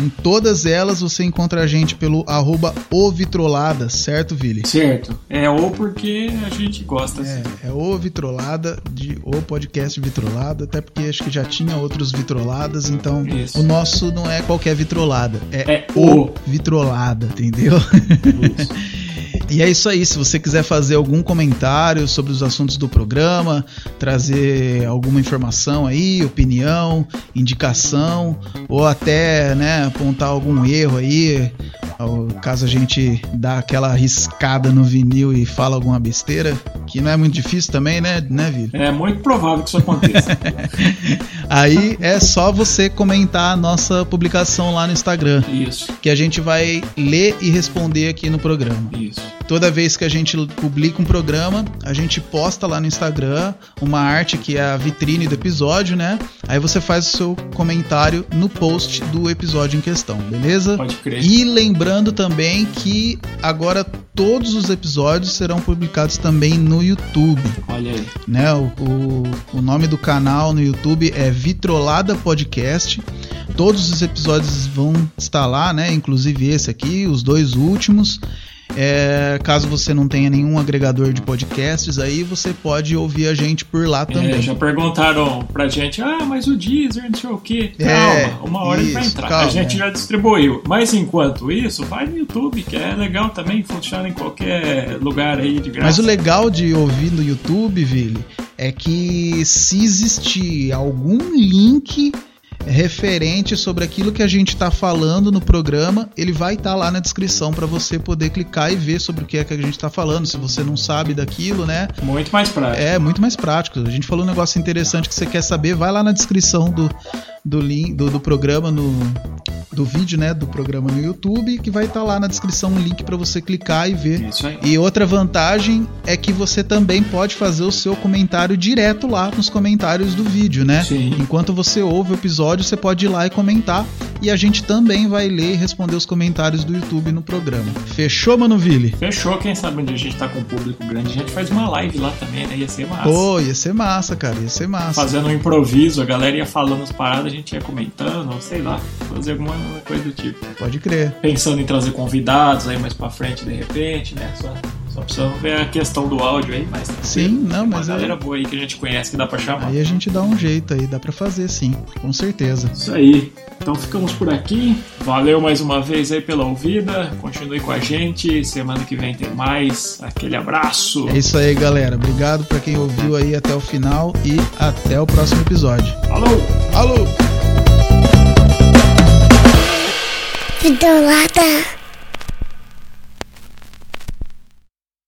Em todas elas você encontra a gente pelo arroba ovitrolada, certo, Vili?
Certo. É ou porque a gente gosta. assim.
É, é o Vitrolada, de, o podcast Vitrolada, até porque acho que já tinha outros Vitroladas, então
Isso.
o nosso não é qualquer Vitrolada, é,
É
o
o.
Vitrolada, entendeu? É
Isso.
E é isso aí, se você quiser fazer algum comentário sobre os assuntos do programa, trazer alguma informação aí, opinião, indicação, ou até né, apontar algum erro aí, ao- caso a gente dá aquela riscada no vinil e fala alguma besteira, que não é muito difícil também, né, né, Vila?
É muito provável que isso aconteça.
Aí é só você comentar a nossa publicação lá no Instagram,
isso,
que a gente vai ler e responder aqui no programa.
isso.
Toda vez que a gente publica um programa, a gente posta lá no Instagram uma arte que é a vitrine do episódio, né? Aí você faz o seu comentário no post do episódio em questão, beleza?
Pode crer.
E lembrando também que agora todos os episódios serão publicados também no YouTube,
Olha aí.
né? O, o, o nome do canal no YouTube é Vitrolada Podcast. Todos os episódios vão estar lá, né? Inclusive esse aqui, os dois últimos. É, caso você não tenha nenhum agregador de podcasts, aí você pode ouvir a gente por lá
É,
também.
já perguntaram pra gente, ah, mas o Deezer, não sei o quê.
É,
calma, uma hora ele vai
isso,
entrar.
calma,
a gente
é.
já distribuiu. Mas enquanto isso, vai no YouTube, que é legal também, funciona em qualquer lugar aí de
Mas
graça.
o legal de ouvir no YouTube, Vili, é que se existir algum link referente sobre aquilo que a gente está falando no programa, ele vai estar lá na descrição para você poder clicar e ver sobre o que é que a gente está falando. Se você não sabe daquilo, né?
Muito mais prático.
É muito mais prático. A gente falou um negócio interessante que você quer saber, vai lá na descrição do do link do, do programa no do vídeo, né, do programa no YouTube, que vai estar lá na descrição um link para você clicar e ver
Isso aí.
e outra vantagem é que você também pode fazer o seu comentário direto lá nos comentários do vídeo, né?
Sim.
Enquanto você ouve o episódio, você pode ir lá e comentar. E a gente também vai ler e responder os comentários do YouTube no programa. Fechou, Mano Ville?
Fechou, quem sabe onde a gente tá com um público grande. A gente faz uma live lá também, né? Ia ser massa.
Pô, ia ser massa, cara. Ia ser massa.
Fazendo um improviso, a galera ia falando as paradas, a gente ia comentando, ou sei lá, fazer alguma coisa do tipo.
Pode crer.
pensando em trazer convidados aí mais pra frente de repente, né? Só, só precisamos ver a questão do áudio aí, mas
Sim, não,
tem uma
mas é-
galera boa aí que a gente conhece que dá pra chamar.
Aí a gente dá um jeito aí, dá pra fazer sim, com certeza.
Isso aí. Então ficamos por aqui. Valeu mais uma vez aí pela ouvida. Continue com a gente. Semana que vem tem mais. Aquele abraço.
É isso aí, galera. Obrigado pra quem ouviu aí até o final e até o próximo episódio.
Falou!
Alô!
Vitrolada.